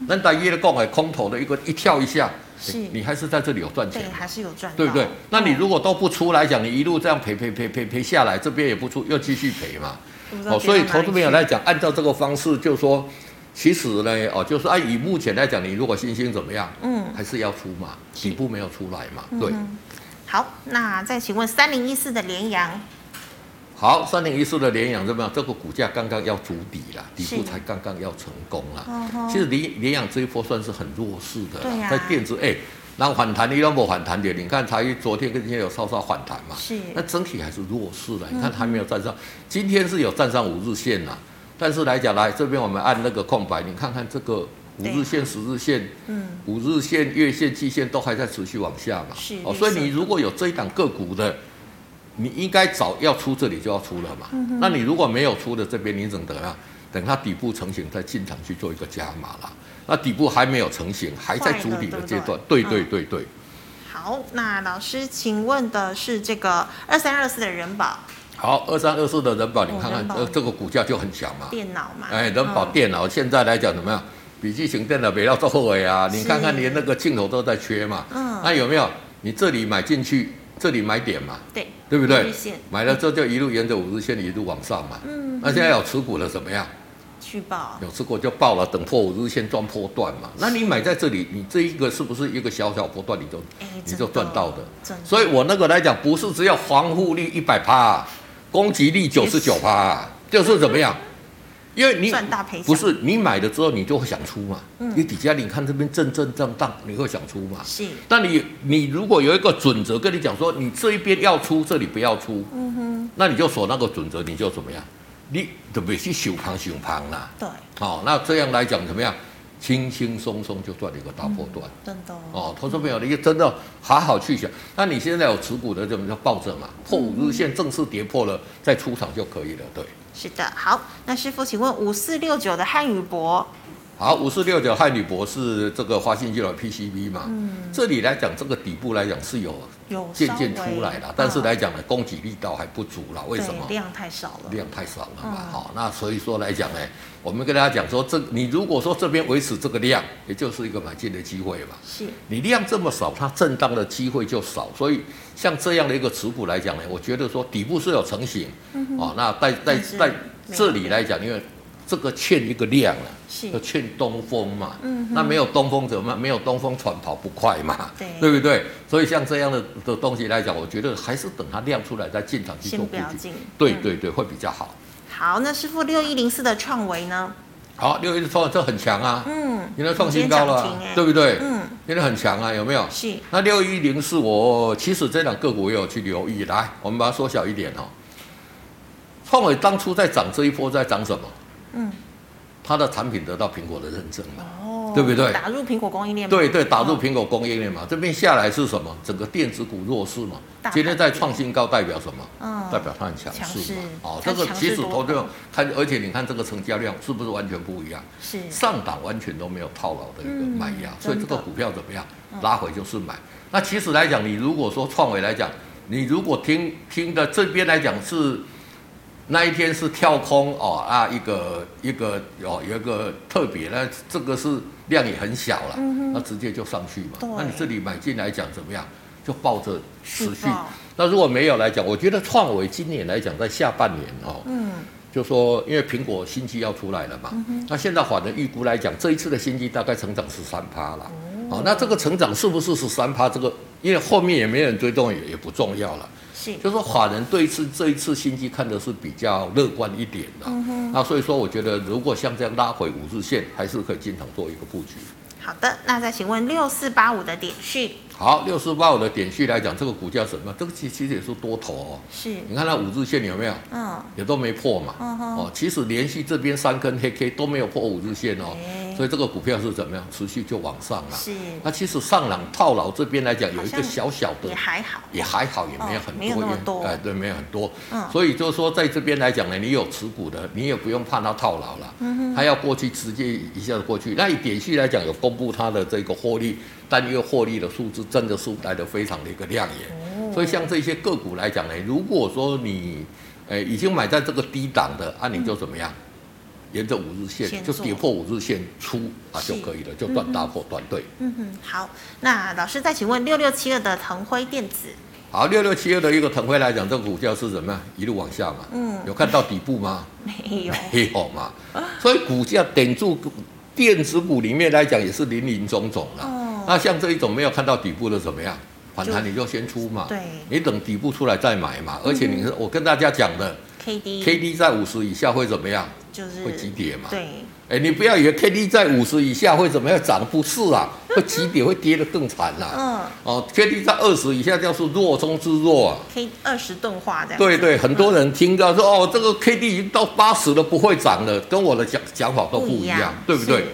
那大约的购买空头的一个一跳一下，
嗯是
哎你还是在这里有赚钱
对，。还是有赚到，
对不对？那你如果都不出来讲，你一路这样赔赔赔赔赔下来，这边也不出，又继续赔嘛。
哦，
所以投资朋友来
来，
讲，按照这个方式，就说，其实呢，哦，就是按以目前来讲，你如果信心怎么样，
嗯，
还是要出嘛，底部没有出来嘛，对。
好，那再请问三零一四的联阳，
好，三零一四的联阳怎么样？这个股价刚刚要筑底了，底
是
部才刚刚要成功啦。
哦吼
其实联联阳这一波算是很弱势的啦，
对呀
在电子哎，然后反弹你都没反弹点，你看它昨天跟今天有稍稍反弹嘛，
是嗯
那整体还是弱势的，你看还没有站上，今天是有站上五日线啦，但是来讲来这边我们按那个空白，你看看这个。五
对
日线、十日线、
嗯，
五日线、月线、季线都还在持续往下嘛，
是
哦，
绿
所以
色
你如果有这一档个股的，你应该早要出这里就要出了嘛。
嗯
那你如果没有出的这边，你怎么得啊？等它底部成型再进场去做一个加码啦。那底部还没有成型，还在筑底的阶段，
对
对
不对
对对对。
好，那老师，请问的是这个二三二四的人保
好，二三二四的人保，你
哦
看
人
看
保
呃这个股价就很强嘛。
电脑嘛？
哎，人保
嗯
电脑现在来讲怎么样？笔记型电脑不要做后尾啊！你
是
看看连那个镜头都在缺嘛。
嗯
那有没有？你这里买进去，这里买点嘛，
对
对不对
日线？
买了之后就一路沿着五日线一路往上嘛。
嗯。哦
那现在有持股了怎么样？
续报
有吃过就爆了，等破五日线赚破段嘛。那你买在这里，你这一个是不是一个小小波段你就、
哎
你
真
就
的
赚到的？
真的哦
所以我那个来讲，不是只有防护力一百趴，攻击力九十九趴，就是怎么样？因为你
赚大赔小嗯
不是你买了之后你就会想出嘛，你底下你看这边震震荡荡，你会想出嘛？
是
那你你如果有一个准则跟你讲说，你这一边要出，这里不要出，嗯哼，那你就守那个准则，你就怎么样？你就别去想旁想旁啦。
对，
哦，那这样来讲怎么样？轻轻松松就赚了一个大波段。
真的哦，
哦，投资朋友，你真的好好去想。那你现在有持股的，怎么叫抱着嘛？破五日线正式跌破了，再出场就可以了。对，
是的。好，那师傅，请问五四六九的汉语博
好，五四六九汉语博是这个华信金融 PCB 嘛，嗯，这里来讲这个底部来讲是有
有
渐渐
稍微
出来了，但是
嗯
来讲呢，供给力道还不足了，为什么
对？量太少了？
量太少了嘛
嗯，
好、那所以说来讲呢，我们跟大家讲说，这你如果说这边维持这个量，也就是一个买进的机会嘛。
是
你量这么少，它震荡的机会就少，所以像这样的一个持股来讲呢，我觉得说底部是有成型，
嗯
哦，那在在
但是
在
没有
这里来讲，因为这个欠一个量了、
是
就欠东风嘛。
嗯哼
那没有东风怎么办？没有东风船跑不快嘛，
对
不对？所以像这样的的东西来讲，我觉得还是等它量出来再进场去
先
做布
不要
局
进。
对
嗯
对对，会比较好。
好，那师傅六一零四的创维呢？
好，六一创这很强啊，
嗯，
原来创新高了
今天
啊
涨停欸，
对不对？
嗯，
原来很强啊，有没有？
是
那六一零是我其实这两个股我有去留意，来，我们把它缩小一点哦。创伟当初在涨这一波在涨什么？
嗯，
它的产品得到苹果的认证嘛，
哦，
对不对
打入苹果供应链吗，
对对，打入
哦
苹果供应链嘛，这边下来是什么？整个电子股弱势嘛
大，盘
今天在创新高代表什么？
嗯
代表它很强
强势
势嘛。哦，
它
这个
强势
其实
多
投资
头
者看，而且你看这个成交量是不是完全不一样？
是
上档完全都没有套牢的一个卖压，
嗯
所以
真
这个
的嗯
股票怎么样拉回就是买。那其实来讲，你如果说创伟来讲，你如果听听的这边来讲是那一天是跳空哦啊一个一个哦有有一个特别，那这个是量也很小了，那直接就上去
嗯对
嘛。那你这里买进来讲怎么样？就抱着持
是
续
抱。
那如果没有来讲，我觉得创伟今年来讲，在下半年哦，
嗯，
就说因为苹果新机要出来了嘛，那现在反而预估来讲，这一次的新机大概成长十三趴啦。哦，那这个成长是不是十三趴？这个因为后面也没人追踪，也也不重要了。
是
就说法人对次这一次新机看的是比较乐观一点的、那所以说我觉得如果像这样拉回五日线，还是可以经常做一个布局。
好的。那再请问六四八五的点序
好，六四八五的点序来讲，这个股价怎么样？这个其其实也是多头哦。
是
你看它五日线有没有？
嗯
也都没破嘛。
嗯哼
哦，其实连续这边三根黑 K 都没有破五日线哦，
哎
所以这个股票是怎么样？持续就往上了。
是
那其实上朗套牢这边来讲，有一
好
个
像
小小的
也还好，
也还好，也没有很
哦
多，
没有那么多
因为哎，对，没有很多。
嗯
所以就是说，在这边来讲呢，你有持股的，你也不用怕它套牢了。嗯它要过去，直接一下子过去。那以点序来讲，有公布它的这个获利，单月获利的数字真的是来的非常的一个亮
哦
眼。所以像这些个股来讲呢，如果说你，呃，已经买在这个低档的，啊，你就怎么样？沿着五日
嗯先
线，就是
做
跌破五日线出啊
是
就可以了，就赚大破断对。
嗯哼，好。那老师再请问六六七二的腾辉电子
好，六六七二的一个腾辉来讲，这个股票是什么样？一路往下嘛，
嗯哎
有看到底部吗？
没有？
没有嘛，所以股价顶住电子股里面来讲也是林林总总啦。
哦
那像这一种没有看到底部的怎么样？反弹你就先出嘛，
对嗯
你等底部出来再买嘛。而且你、我跟大家讲的
K D
，K D 在五十以下会怎么样？
就是
会急跌嘛
嗯对，
哎，你不要以为 K D 在五十以下会怎么样涨，不是啊，会急跌，会跌得更惨啦、
嗯
哦，K D 在二十以下叫做弱中之弱啊。
，K 二十钝化 (laughs) 这样。
对对，很多人听到说哦，这个 K D 已经到八十了，不会涨了，跟我的讲讲法都不一样，对不对
是？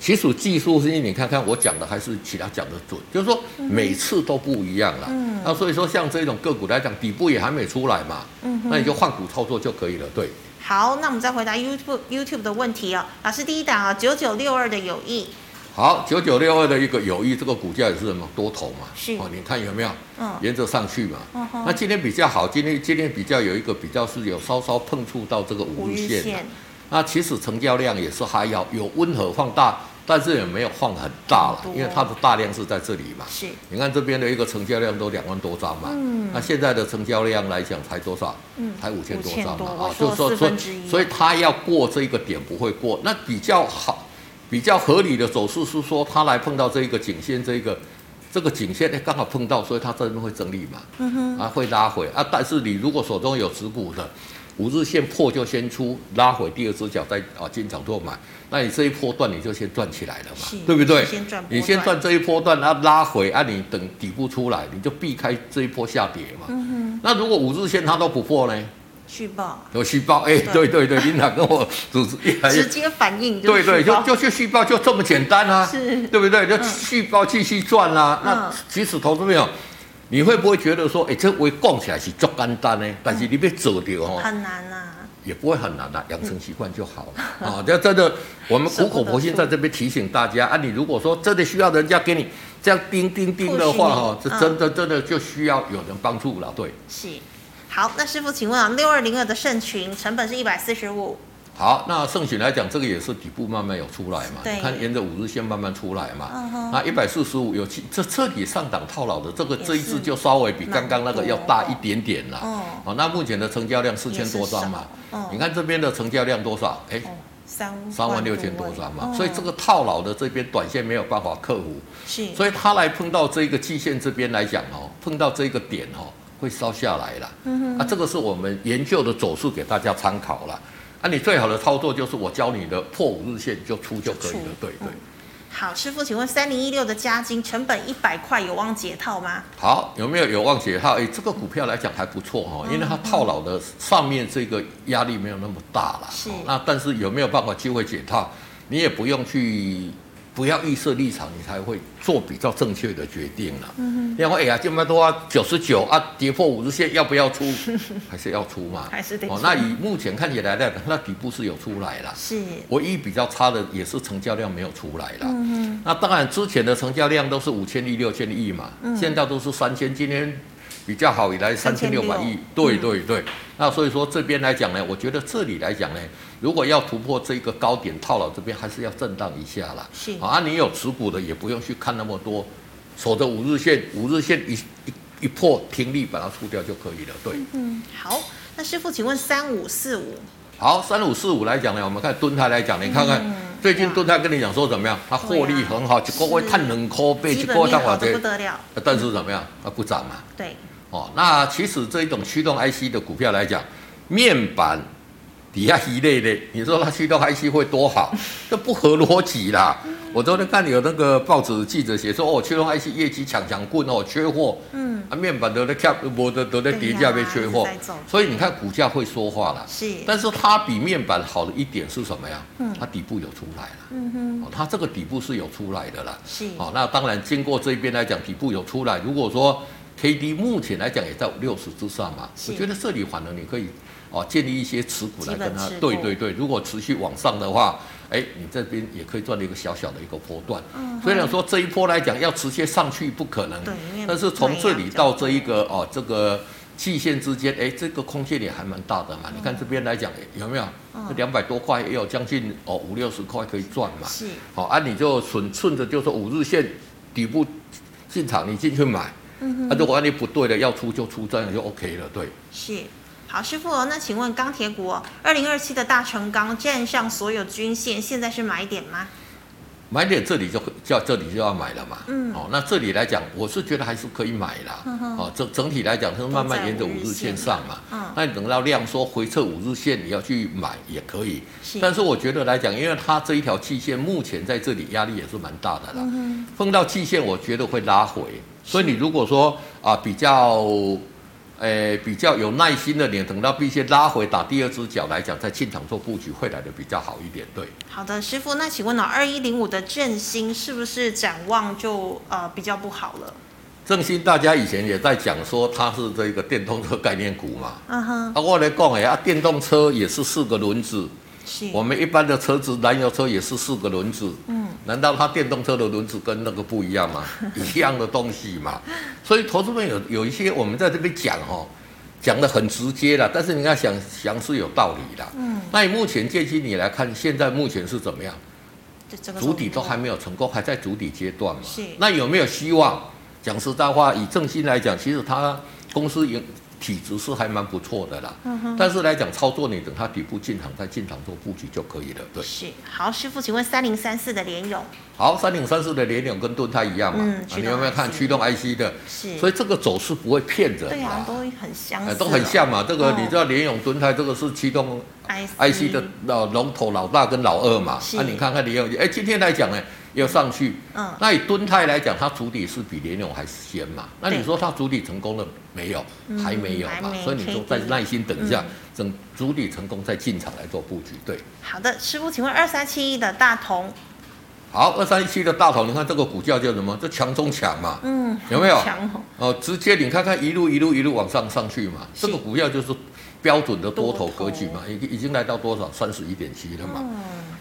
其实技术是因为你看看我讲的还是其他讲的准，就是说每次都不一样啦。
嗯
那所以说像这种个股来讲，底部也还没出来嘛，
嗯哼
那你就换股操作就可以了。对，
好，那我们再回答 YouTube YouTube 的问题哦。老师，第一档啊、九九六二的友谊，
好，九九六二的一个友谊，这个股价也是什么多头嘛？
是
哦，你看有没有？
嗯
沿着上去嘛。
嗯哼
那今天比较好，今天今天比较有一个比较是有稍稍碰触到这个五
五
日
日
线啊
线，
那其实成交量也是还要有温和放大，但是也没有放很大了
很，多
因为它的大量是在这里嘛。
是
你看这边的一个成交量都两万多张嘛，
嗯
那现在的成交量来讲才多少？
嗯
才五千多
5000
张
多
嘛，啊
我说
就
四
是说，所
分之一
以所以它要过这一个点不会过。那比较好、比较合理的走势是说，它来碰到这一个颈线，这一个这个颈线，哎，刚好碰到，所以它这边会整理嘛，嗯、啊，会拉回啊。但是你如果手中有持股的，五日线破就先出，拉回第二只脚再啊进场做买，那你这一波段你就先赚起来了
是
嘛，对不对？
先赚波
你先
段
赚这一波段，啊拉回啊，你等底部出来，你就避开这一波下跌嘛。
嗯
那如果五日线它都不破呢？
续报，
有续报，哎、
对
对对对，领导跟我组织越来越
直。接反应就
哎对
是
对，
续
就
报
就去续报，就这么简单
(laughs)
啊，
是
对不对？就续报继续赚啦、啊。
嗯
那其实投资朋友，你会不会觉得说，哎、这我讲起来是足简单呢？但是你被走掉哦，
很难啊呐、
也不会很难啦、养成习惯就好了
嗯
啊。这真的，我们苦口婆心在这边提醒大家啊，你如果说真的需要人家给你这样叮叮叮的话哈，
Push
这
你嗯
真的真的就需要有人帮助了。对，
是。好，那师傅，请问啊，六二零二的盛群成本是一百四十五，
好，那盛雪来讲，这个也是底部慢慢有出来嘛，
对
你看沿着五日线慢慢出来嘛。
嗯哼
那一百四十五有起这这里上档套牢的这个
也是
这一次就稍微比
蛮
刚刚那个
多
要大一点点啦。
哦
好，那目前的成交量四千多张嘛
也是少哦，
你看这边的成交量多少？哎，
哦，三
三万六千多张
嗯
嘛，所以这个套牢的这边短线没有办法克服，
哦是，
所以它来碰到这个季线这边来讲哦，碰到这个点哦，会烧下来啦。啊，这个是我们研究的走势给大家参考啦。啊，你最好的操作就是我教你的破五日线就出就可以
就
了
出，
对对。
好，师傅，请问三零一六的加金成本一百块有望解套吗？
好，有没有有望解套？哎，这个股票来讲还不错
嗯
哦，因为它套牢的上面这个压力没有那么大啦。
是
哦那但是有没有办法机会解套？你也不用去，不要预设立场，你才会做比较正确的决定了。嗯然后哎呀，这么多九十九啊，跌破五日线要不要出？还是要出嘛？
(laughs) 还是得
哦
出，
那以目前看起来的，那底部是有出来了。
是，
唯一比较差的也是成交量没有出来啦。那当然之前的成交量都是五千亿、六千亿嘛，现在都是三千，今天比较好以来三千六百亿。嗯对对对，那所以说这边来讲呢，我觉得这里来讲呢，如果要突破这个高点套牢这边，还是要震荡一下啦。
是
好啊，你有持股的也不用去看那么多，守着五日线，五日线一一一破停利把它出掉就可以了。对。
嗯，好，那师傅，请问三五四五
好，三五四五来讲呢，我们看敦泰来讲，你看看、
嗯啊
最近敦泰跟你讲说怎么样？它获利很好，一个月探两块倍，一
基
个
本
月
面
探
好
多
的不
少？
得了，
但是怎么样？它不涨嘛。
对，
哦，那其实这一种驱
嗯
动 IC 的股票来讲，面板底下一类的，你说它驱动 IC 会多
(laughs)
好？这不合逻辑啦！
嗯
我昨天看有那个报纸记者写说，哦，驱动 IC 业绩强强棍哦，缺货。
嗯，
啊，面板都在 cap，我的都在跌价被缺货
对呀一直在走，
所以你看股价会说话啦。
是，
但是它比面板好的一点是什么呀？它底部有出来了，
嗯哼，
哦，它这个底部是有出来的啦。
是，
好、哦那当然经过这边来讲，底部有出来。如果说 K D 目前来讲也在六十之上嘛，
是
我觉得这里反而你可以哦建立一些持股来跟它
基本持。股
对对对，如果持续往上的话，哎，你这边也可以赚了一个小小的一个波段。
嗯
虽然说这一波来讲要直接上去不可能
对因为，
但是从这里到这一个哦这个。期限之间，哎，这个空间也还蛮大的嘛。你看这边来讲，哎有没有？
嗯
两百多块也有将近哦五六十块可以赚嘛。
是，
好、啊，你就顺顺着就是五日线底部进场，你进去买。嗯、啊，如果按你不对的要出就出，这样就 OK 了。对，
是。好，师傅、哦，那请问钢铁股二零二七的大成钢站上所有均线，现在是买点吗？
买点这里就叫这里就要买了嘛。
嗯
哦，那这里来讲，我是觉得还是可以买啦。哦，整整体来讲，它是慢慢沿着五日线上嘛。
都在五日线嗯
那你等到量缩回撤五日线，你要去买也可以。
是
但是我觉得来讲，因为它这一条季线目前在这里压力也是蛮大的啦。碰到季线，我觉得会拉回。所以你如果说啊比较，呃比较有耐心的，你等到必须拉回打第二只脚来讲，再进场做布局会来的比较好一点。对。
好的，师傅，那请问哦，二一零五的振兴是不是展望就呃比较不好了？
正兴大家以前也在讲说它是这个电动车概念股嘛，
嗯哼，
啊，我来讲哎，啊，电动车也是四个轮子，
是，
我们一般的车子燃油车也是四个轮子，嗯，难道它电动车的轮子跟那个不一样 (laughs) 吗？一样的东西嘛，所以投资们有有一些我们在这边讲哦，讲的很直接啦，但是你要想想是有道理啦，嗯，那你目前借机你来看，现在目前是怎么样？
这整个
主底都
走势
还没有成功，还在主底阶段嘛。
是
那有没有希望？讲实在话，以正兴来讲，其实它公司营体质是还蛮不错的啦。
嗯
但是来讲操作，你等它底部进场再进场做布局就可以了。对。
是好，师傅，请问三零三四的联勇
好，三零三四的联咏跟盾泰一样嘛？
嗯
啊
驱动
你有没有看
IC
驱动 IC 的？
是，
所以这个走势不会骗人
对啊
啦，，
都很相
哎
似，
都很像嘛。这个
哦
你知道联咏、盾泰这个是驱动
IC
IC 的老龙头老大跟老二嘛，
是
那、你看看联咏，哎、今天来讲呢，又上去，
嗯
那以敦泰来讲，它主体是比联咏还先嘛，那
对嗯
你说它主体成功了没有？还没有
还
嘛
没，嗯
所以你就再
KD
耐心等一下，等主体成功再进场来做布局，对。
好的，师傅，请问二三七一的大同
好，二三一七的大同，你看这个股价叫什么？这强中强嘛，
嗯，
有没有
好强哦，
哦，直接你看看一路一路一路往上上去嘛，
是
这个股票就是标准的多头
多头
格局嘛，已经已经来到多少三十一点七了嘛。
嗯，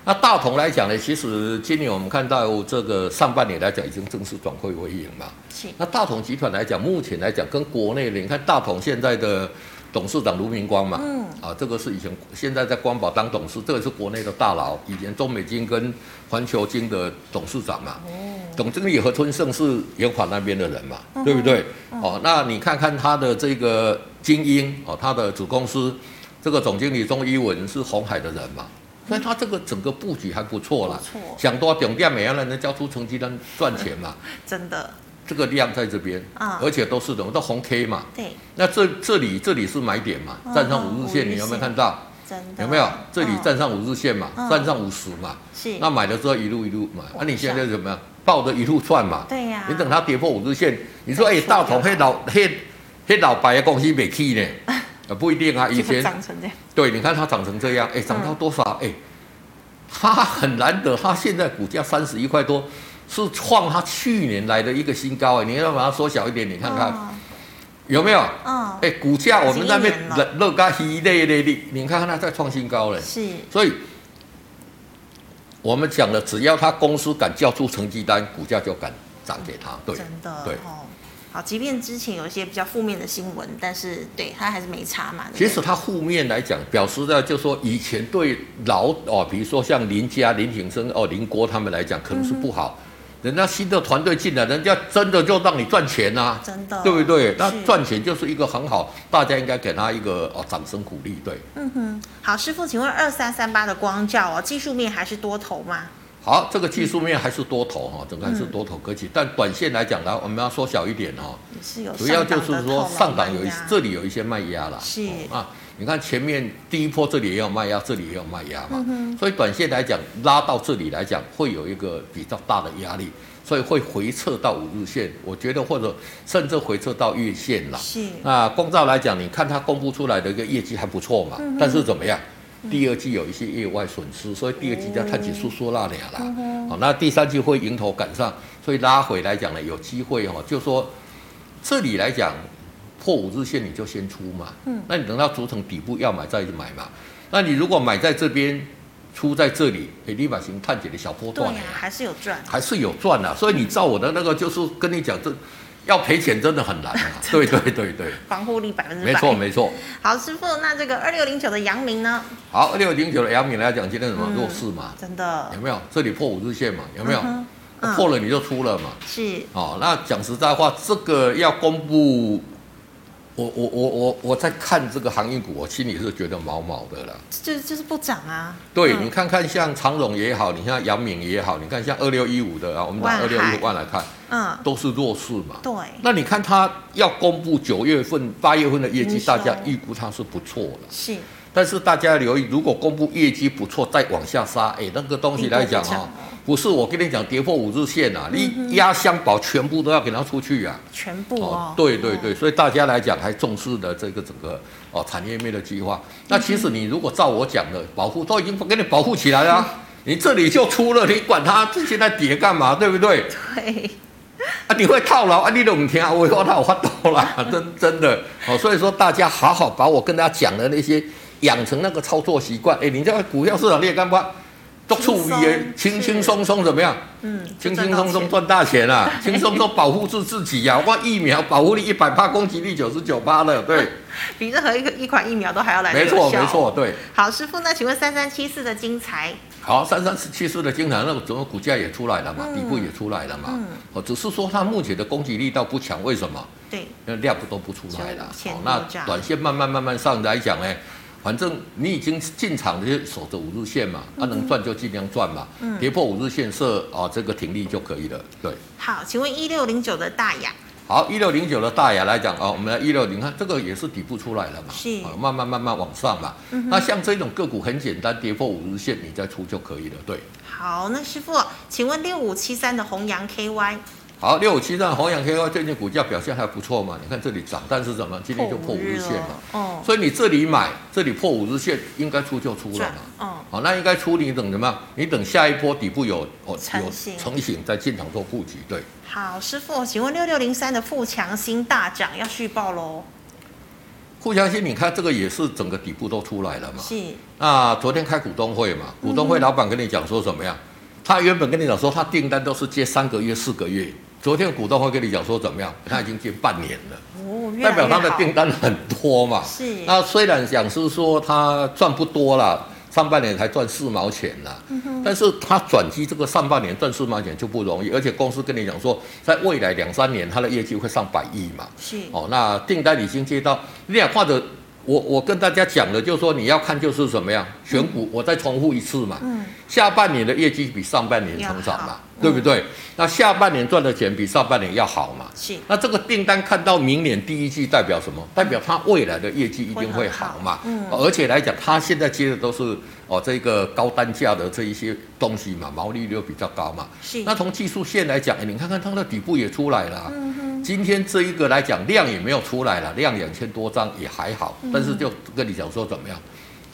那大同来讲呢，其实今年我们看到这个上半年来讲已经正式转亏为盈嘛。
是，
那大同集团来讲，目前来讲跟国内的，你看大同现在的董事长卢明光嘛，
嗯
啊，这个是以前现在在光宝当董事，这个是国内的大佬，以前中美金跟环球金的董事长嘛。
哦，
总经理何春盛是延华那边的人嘛，
嗯哼
对不对？哦，那你看看他的这个精英哦，他的子公司这个总经理钟一文是红海的人嘛，所以他这个整个布局还不错啦
嗯不错。
想多点店每样人能交出成绩单赚钱嘛，
真的，
这个量在这边
啊
而且都是什么都红 K 嘛。
对，
那这这里这里是买点嘛，站上
嗯五
五日
日
线，你有没有
线
看到？
真的，
有没有？这里
嗯
站上五日线嘛，
嗯
站上五十嘛。
是，
那买了之后一路一路买，那、
往
你现在怎么样？抱着一路窜嘛。
对啊呀，
你等它跌破五日线，你说哎、
再出
大同
掉
黑老黑黑老白的公司没去呢？啊，不一定啊，以
结果
前
长成这样，
对，你看它涨成这样，哎、
嗯
涨到多少？哎、它很难得，它现在股价三十一块多，是创它去年来的一个新高哎、你要把它缩小一点，你看看、
嗯
有没有？
嗯，
哎、股价我们那边
已经一年了
乐乐咖一类类的，你看看它在创新高嘞。
嗯是，
所以我们讲了，只要他公司敢交出成绩单，股价就敢涨给他。对，
真的，
对
哦。好，即便之前有一些比较负面的新闻，但是对他还是没差嘛。对不
其
对
实它负面来讲，表示的就说以前对老哦，比如说像林家、林挺生、哦林郭他们来讲，可能是不
嗯
好。人家新的团队进来，人家真的就让你赚钱呐、
真的，
对不对？那
是
赚钱就是一个很好，大家应该给他一个哦掌声鼓励。对，
嗯哼，好，师傅，请问二三三八的光照哦，技术面还是多头吗？
好，这个技术面还是多
嗯
头哈，整个还是多头格局，但短线来讲呢，我们要缩小一点哦。
也是有
主要
嗯上
就
档
是
的
说
套牢
上档有一
卖压
这里有一些卖压啦，
是
哦啊，你看前面第一波这里也有卖压，这里也有卖压嘛，所以短线来讲拉到这里来讲会有一个比较大的压力，所以会回撤到五日线，我觉得或者甚至回撤到月线啦。
是
那光照来讲，你看它公布出来的一个业绩还不错
嗯
嘛，但是怎么样？第二季有一些业外损失，所以第二季在探底收缩那里
嗯
啦。好、哦那第三季会迎头赶上，所以拉回来讲呢，有机会哦。就说这里来讲，破五日线你就先出嘛。
嗯
那你等到组成底部要买再买嘛。那你如果买在这边，出在这里，哎，立马行探底的小波
对
段
呀、
了呀
还是有赚，
还是有赚的、所以你照我的那个，就是跟你讲，这要赔钱真的很
(laughs)
难啊。对对对对，
防护力百分之百。
没错。没错。
好，师傅，那这个二六零九的阳明呢？
好，六零九的阳明来讲，今天什么
嗯
弱势嘛？
真的
有没有？这里破五日线嘛？有没有？
嗯哼嗯
破了你就出了嘛？
是
哦，那讲实在话，这个要公布，我我我我我在看这个航运股，我心里是觉得毛毛的了。
就就是不涨啊。
对，
嗯
你看看像长荣也好，你看阳明也好，你看像二六一五的啊，我们拿二
万
六
海
一万来看，
嗯，
都是弱势嘛。
对，
那你看它要公布九月份、八月份的业绩，
营收
大家预估它是不错了。
是
但是大家留意，如果公布业绩不错，再往下杀，哎，那个东西来讲
并不会嗯
啊
涨哦，
不是我跟你讲跌破五日线啊，你压箱宝全部都要给它出去啊。
全部哦。
对对
哦，
对，所以大家来讲还重视了这个整个哦产业面的计划。那其实你如果照我讲的，保护都已经给你保护起来了啊、
嗯
你这里就出了，你管它现在跌干嘛，对不对？
对，
啊，你会套牢啊，你懂听啊，我我那我到 (laughs) 啦，真真的哦，所以说大家好好把我跟大家讲的那些养成那个操作习惯，哎，你这个股票市场你也干吧，都处于轻
轻松
轻松松怎么样？
嗯，
轻
就赚
轻
到
松松
钱
赚大钱啊， (laughs) 轻松松保护住自己呀、哇，疫苗保护力一百八，攻击力九十九八了， (laughs) 对，
比任何一个一款疫苗都还要来得
没
有
错
效
没。错，对。
好，师傅，那请问三三七四的精彩
好，三三四七四的金坛那个整个股价也出来了嘛，
嗯
底部也出来了嘛
嗯，
哦，只是说它目前的攻击力道不强，为什么？
对
那量不都不出来了。
就
好，
前后
那
价
短线慢慢慢慢上来讲呢，反正你已经进场就守着五日线嘛，那、能赚就尽量赚嘛，
嗯
跌破五日线设啊这个停利就可以了。对，
好，请问一六零九的大雅
好，一六零九的大雅来讲啊，我们来一六零，看这个也是底部出来了嘛，
是嗯
啊慢慢慢慢往上嘛。那像这种个股很简单，跌破五日线你再出就可以了。对，
好，那师傅，请问六五七三的弘扬 KY
好，六五七三弘扬 KY 最近股价表现还不错嘛，你看这里涨，但是怎么今天就破五日线嘛，
破五日了，哦，
所以你这里买，这里破五日线应该出就出了
转
嘛。，
嗯，
好，那应该出你等什么？你等下一波底部有哦
成
有
型
成型再进场做布局，对。
好，师傅，请问六六零三的富强新大涨要续报喽？
互相信，你看这个也是整个底部都出来了嘛。
是，嗯
那昨天开股东会嘛，股东会老板跟你讲说怎么样？他原本跟你讲说他订单都是接三个月、四个月，昨天股东会跟你讲说怎么样？他已经接半年了，
哦，越
代表
来越
他的
好
订单很多嘛。
是
那虽然讲是说他赚不多啦，上半年才赚四毛钱啦，
嗯
但是他转机这个上半年赚四毛钱就不容易，而且公司跟你讲说，在未来两三年他的业绩会上百亿嘛。
是，
哦，那订单已经接到，你俩或者我我跟大家讲的，就是说你要看就是什么样选股，我再重复一次嘛。
嗯，
下半年的业绩比上半年成长
要
嘛
好，嗯
对不对？那下半年赚的钱比上半年要好嘛。
是，
那这个订单看到明年第一季代表什么？代表它未来的业绩一定会好嘛。
嗯会很好嗯
哦而且来讲，它现在接的都是哦这个高单价的这一些东西嘛，毛利率又比较高嘛。
是，
那从技术线来讲，哎，你看看它的底部也出来了啊、
嗯哼，
今天这一个来讲，量也没有出来了，量两千多张也还好，
嗯
但是就跟你讲说怎么样，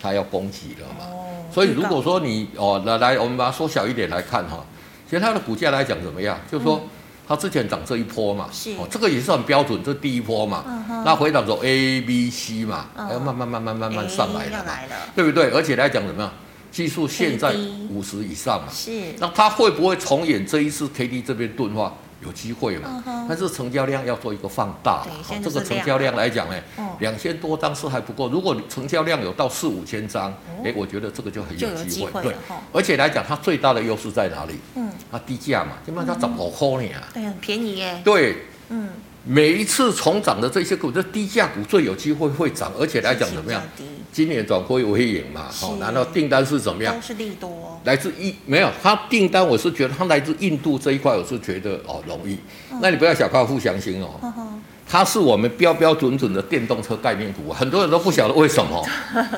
它要攻击了嘛。
哦，
所以如
预告
果说你哦，来来，我们把它缩小一点来看哈，其实它的股价来讲怎么样？就是说它之前涨这一波嘛，
嗯是
哦，这个也是很标准，这第一波嘛
嗯哼，
那回档走 A、B、C 嘛，
嗯
要慢慢慢慢慢慢上来
哎
了
要
嘛，
来了，
对不对？而且来讲怎么样，技术现在
KD
五十以上嘛，
是，
那它会不会重演这一次 K D 这边钝化？有机会
嗯
嘛？
哼
但是成交量要做一个放大啦
对，
好
现在就是
这个成交量来讲呢
嗯，
两千多张是还不够。如果你成交量有到四五千张，哎、我觉得这个就很
哦就
有
有
机
机会
会。
了
对
哈，
而且来讲，它最大的优势在哪里？
嗯，
它低价嘛，因为它涨好块呢啊。
对，很便宜耶，
对，
嗯，
每一次重涨的这些股，这低价股最有机会会涨，而且来讲
性
怎么
价
样？
比低
今年转亏为盈嘛，好，
是
然后订单是怎么样
都？是利多，
来自印没有，它订单我是觉得它来自印度这一块，我是觉得哦容易。
嗯
那你不要小看富祥兴哦，
呵呵，
它是我们标标准准的电动车概念股啊，很多人都不晓得为
(laughs)
什么，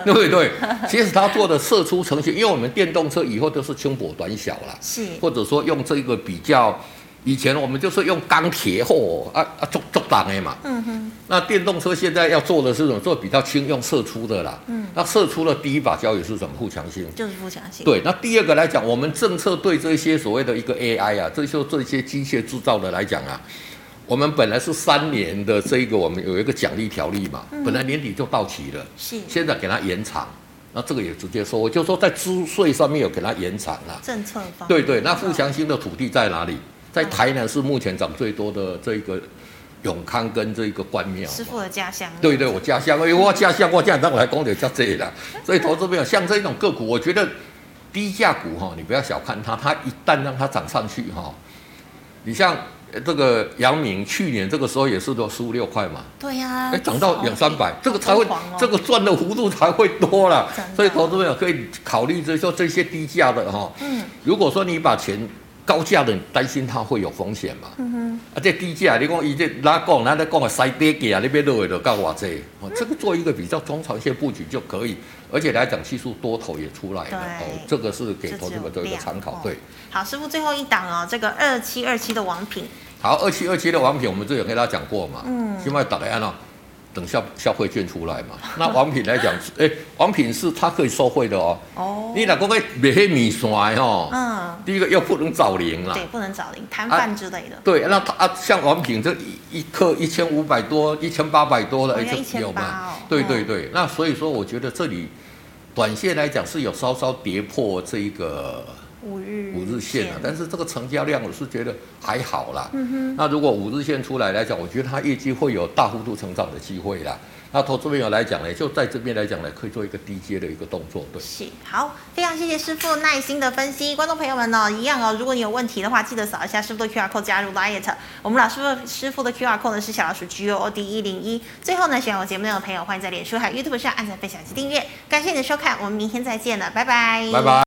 对不对？其实它做的射出成型，因为我们电动车以后都是轻薄短小啦，
是，
或者说用这个比较，以前我们就是用钢铁货啊啊做做挡的嘛，
嗯哼，
那电动车现在要做的是什么？做比较轻，用射出的啦。
嗯，
那射出的第一把交椅是什么？富强兴。
就是不相信，
对，那第二个来讲，我们政策对这些所谓的一个 AI 啊，这些这些机械制造的来讲啊，我们本来是三年的这一个我们有一个奖励条例嘛，本来年底就到期了，
是
现在给它延长，那这个也直接说，我就说在租税上面有给它延长了、
政策方面，
对对，那富强兴的土地在哪里？在台南是目前涨最多的这个永康跟这个关庙嘛。
师傅的家乡，
对对，我家乡，因为我家乡我这样当来讲就叫这啦。所以投资朋友像这种个股，我觉得低价股哈，你不要小看它，它一旦让它涨上去哈，你像呃这个阳明去年这个时候也是都输六块嘛，
对呀
哎，，涨到两三百，这个才会
好啊疯狂哦
这个赚的幅度才会多啦
真的。
所以投资朋友可以考虑就是说这些低价的哈，
嗯
如果说你把钱高价的，你担心它会有风险嘛？
嗯哼，
啊，这低价，你讲伊这哪讲，咱在讲个西跌价，你要落的就到偌济，哦，这个做一个比较中长线布局就可以，而且来讲技术多头也出来了，
对
哦，这个是给
这
投资
只有
者做一个
量
参
哦
考，对。
好，师傅最后一档哦，这个二七二七的王品，
好，二七二七的王品，我们之前跟大家讲过嘛，
嗯
现在打来按哦，等消消费券出来嘛，那王品来讲， (laughs) 哎，王品是它可以收费的哦，
哦，
你哪个卖卖米线的吼，
嗯，
第一个又不能找零啦，
对，不能找零摊
啊
贩之类的，
对，那它啊，像王品这一一克一千五百多、一千八百多
哦
的，
要
这
1800
有嘛
哦？
对
嗯
对对，那所以说，我觉得这里短线来讲是有稍稍跌破这一个
五日
五日线啊了、但是这个成交量我是觉得还好啦。
嗯哼。
那如果五日线出来来讲，我觉得它业绩会有大幅度成长的机会啦。那投资朋友来讲呢，就在这边来讲呢，可以做一个低阶的一个动作，对。
是好，非常谢谢师傅耐心的分析，观众朋友们呢、一样哦，如果你有问题的话，记得扫一下师傅的 QR code 加入 Liet。我们老师傅师傅的 QR code 呢是小老鼠 G O O D 一零一。最后呢，喜欢我节目内容的朋友，欢迎在脸书还有 YouTube 上按赞、分享及订阅。感谢你的收看，我们明天再见了，拜拜，
拜拜。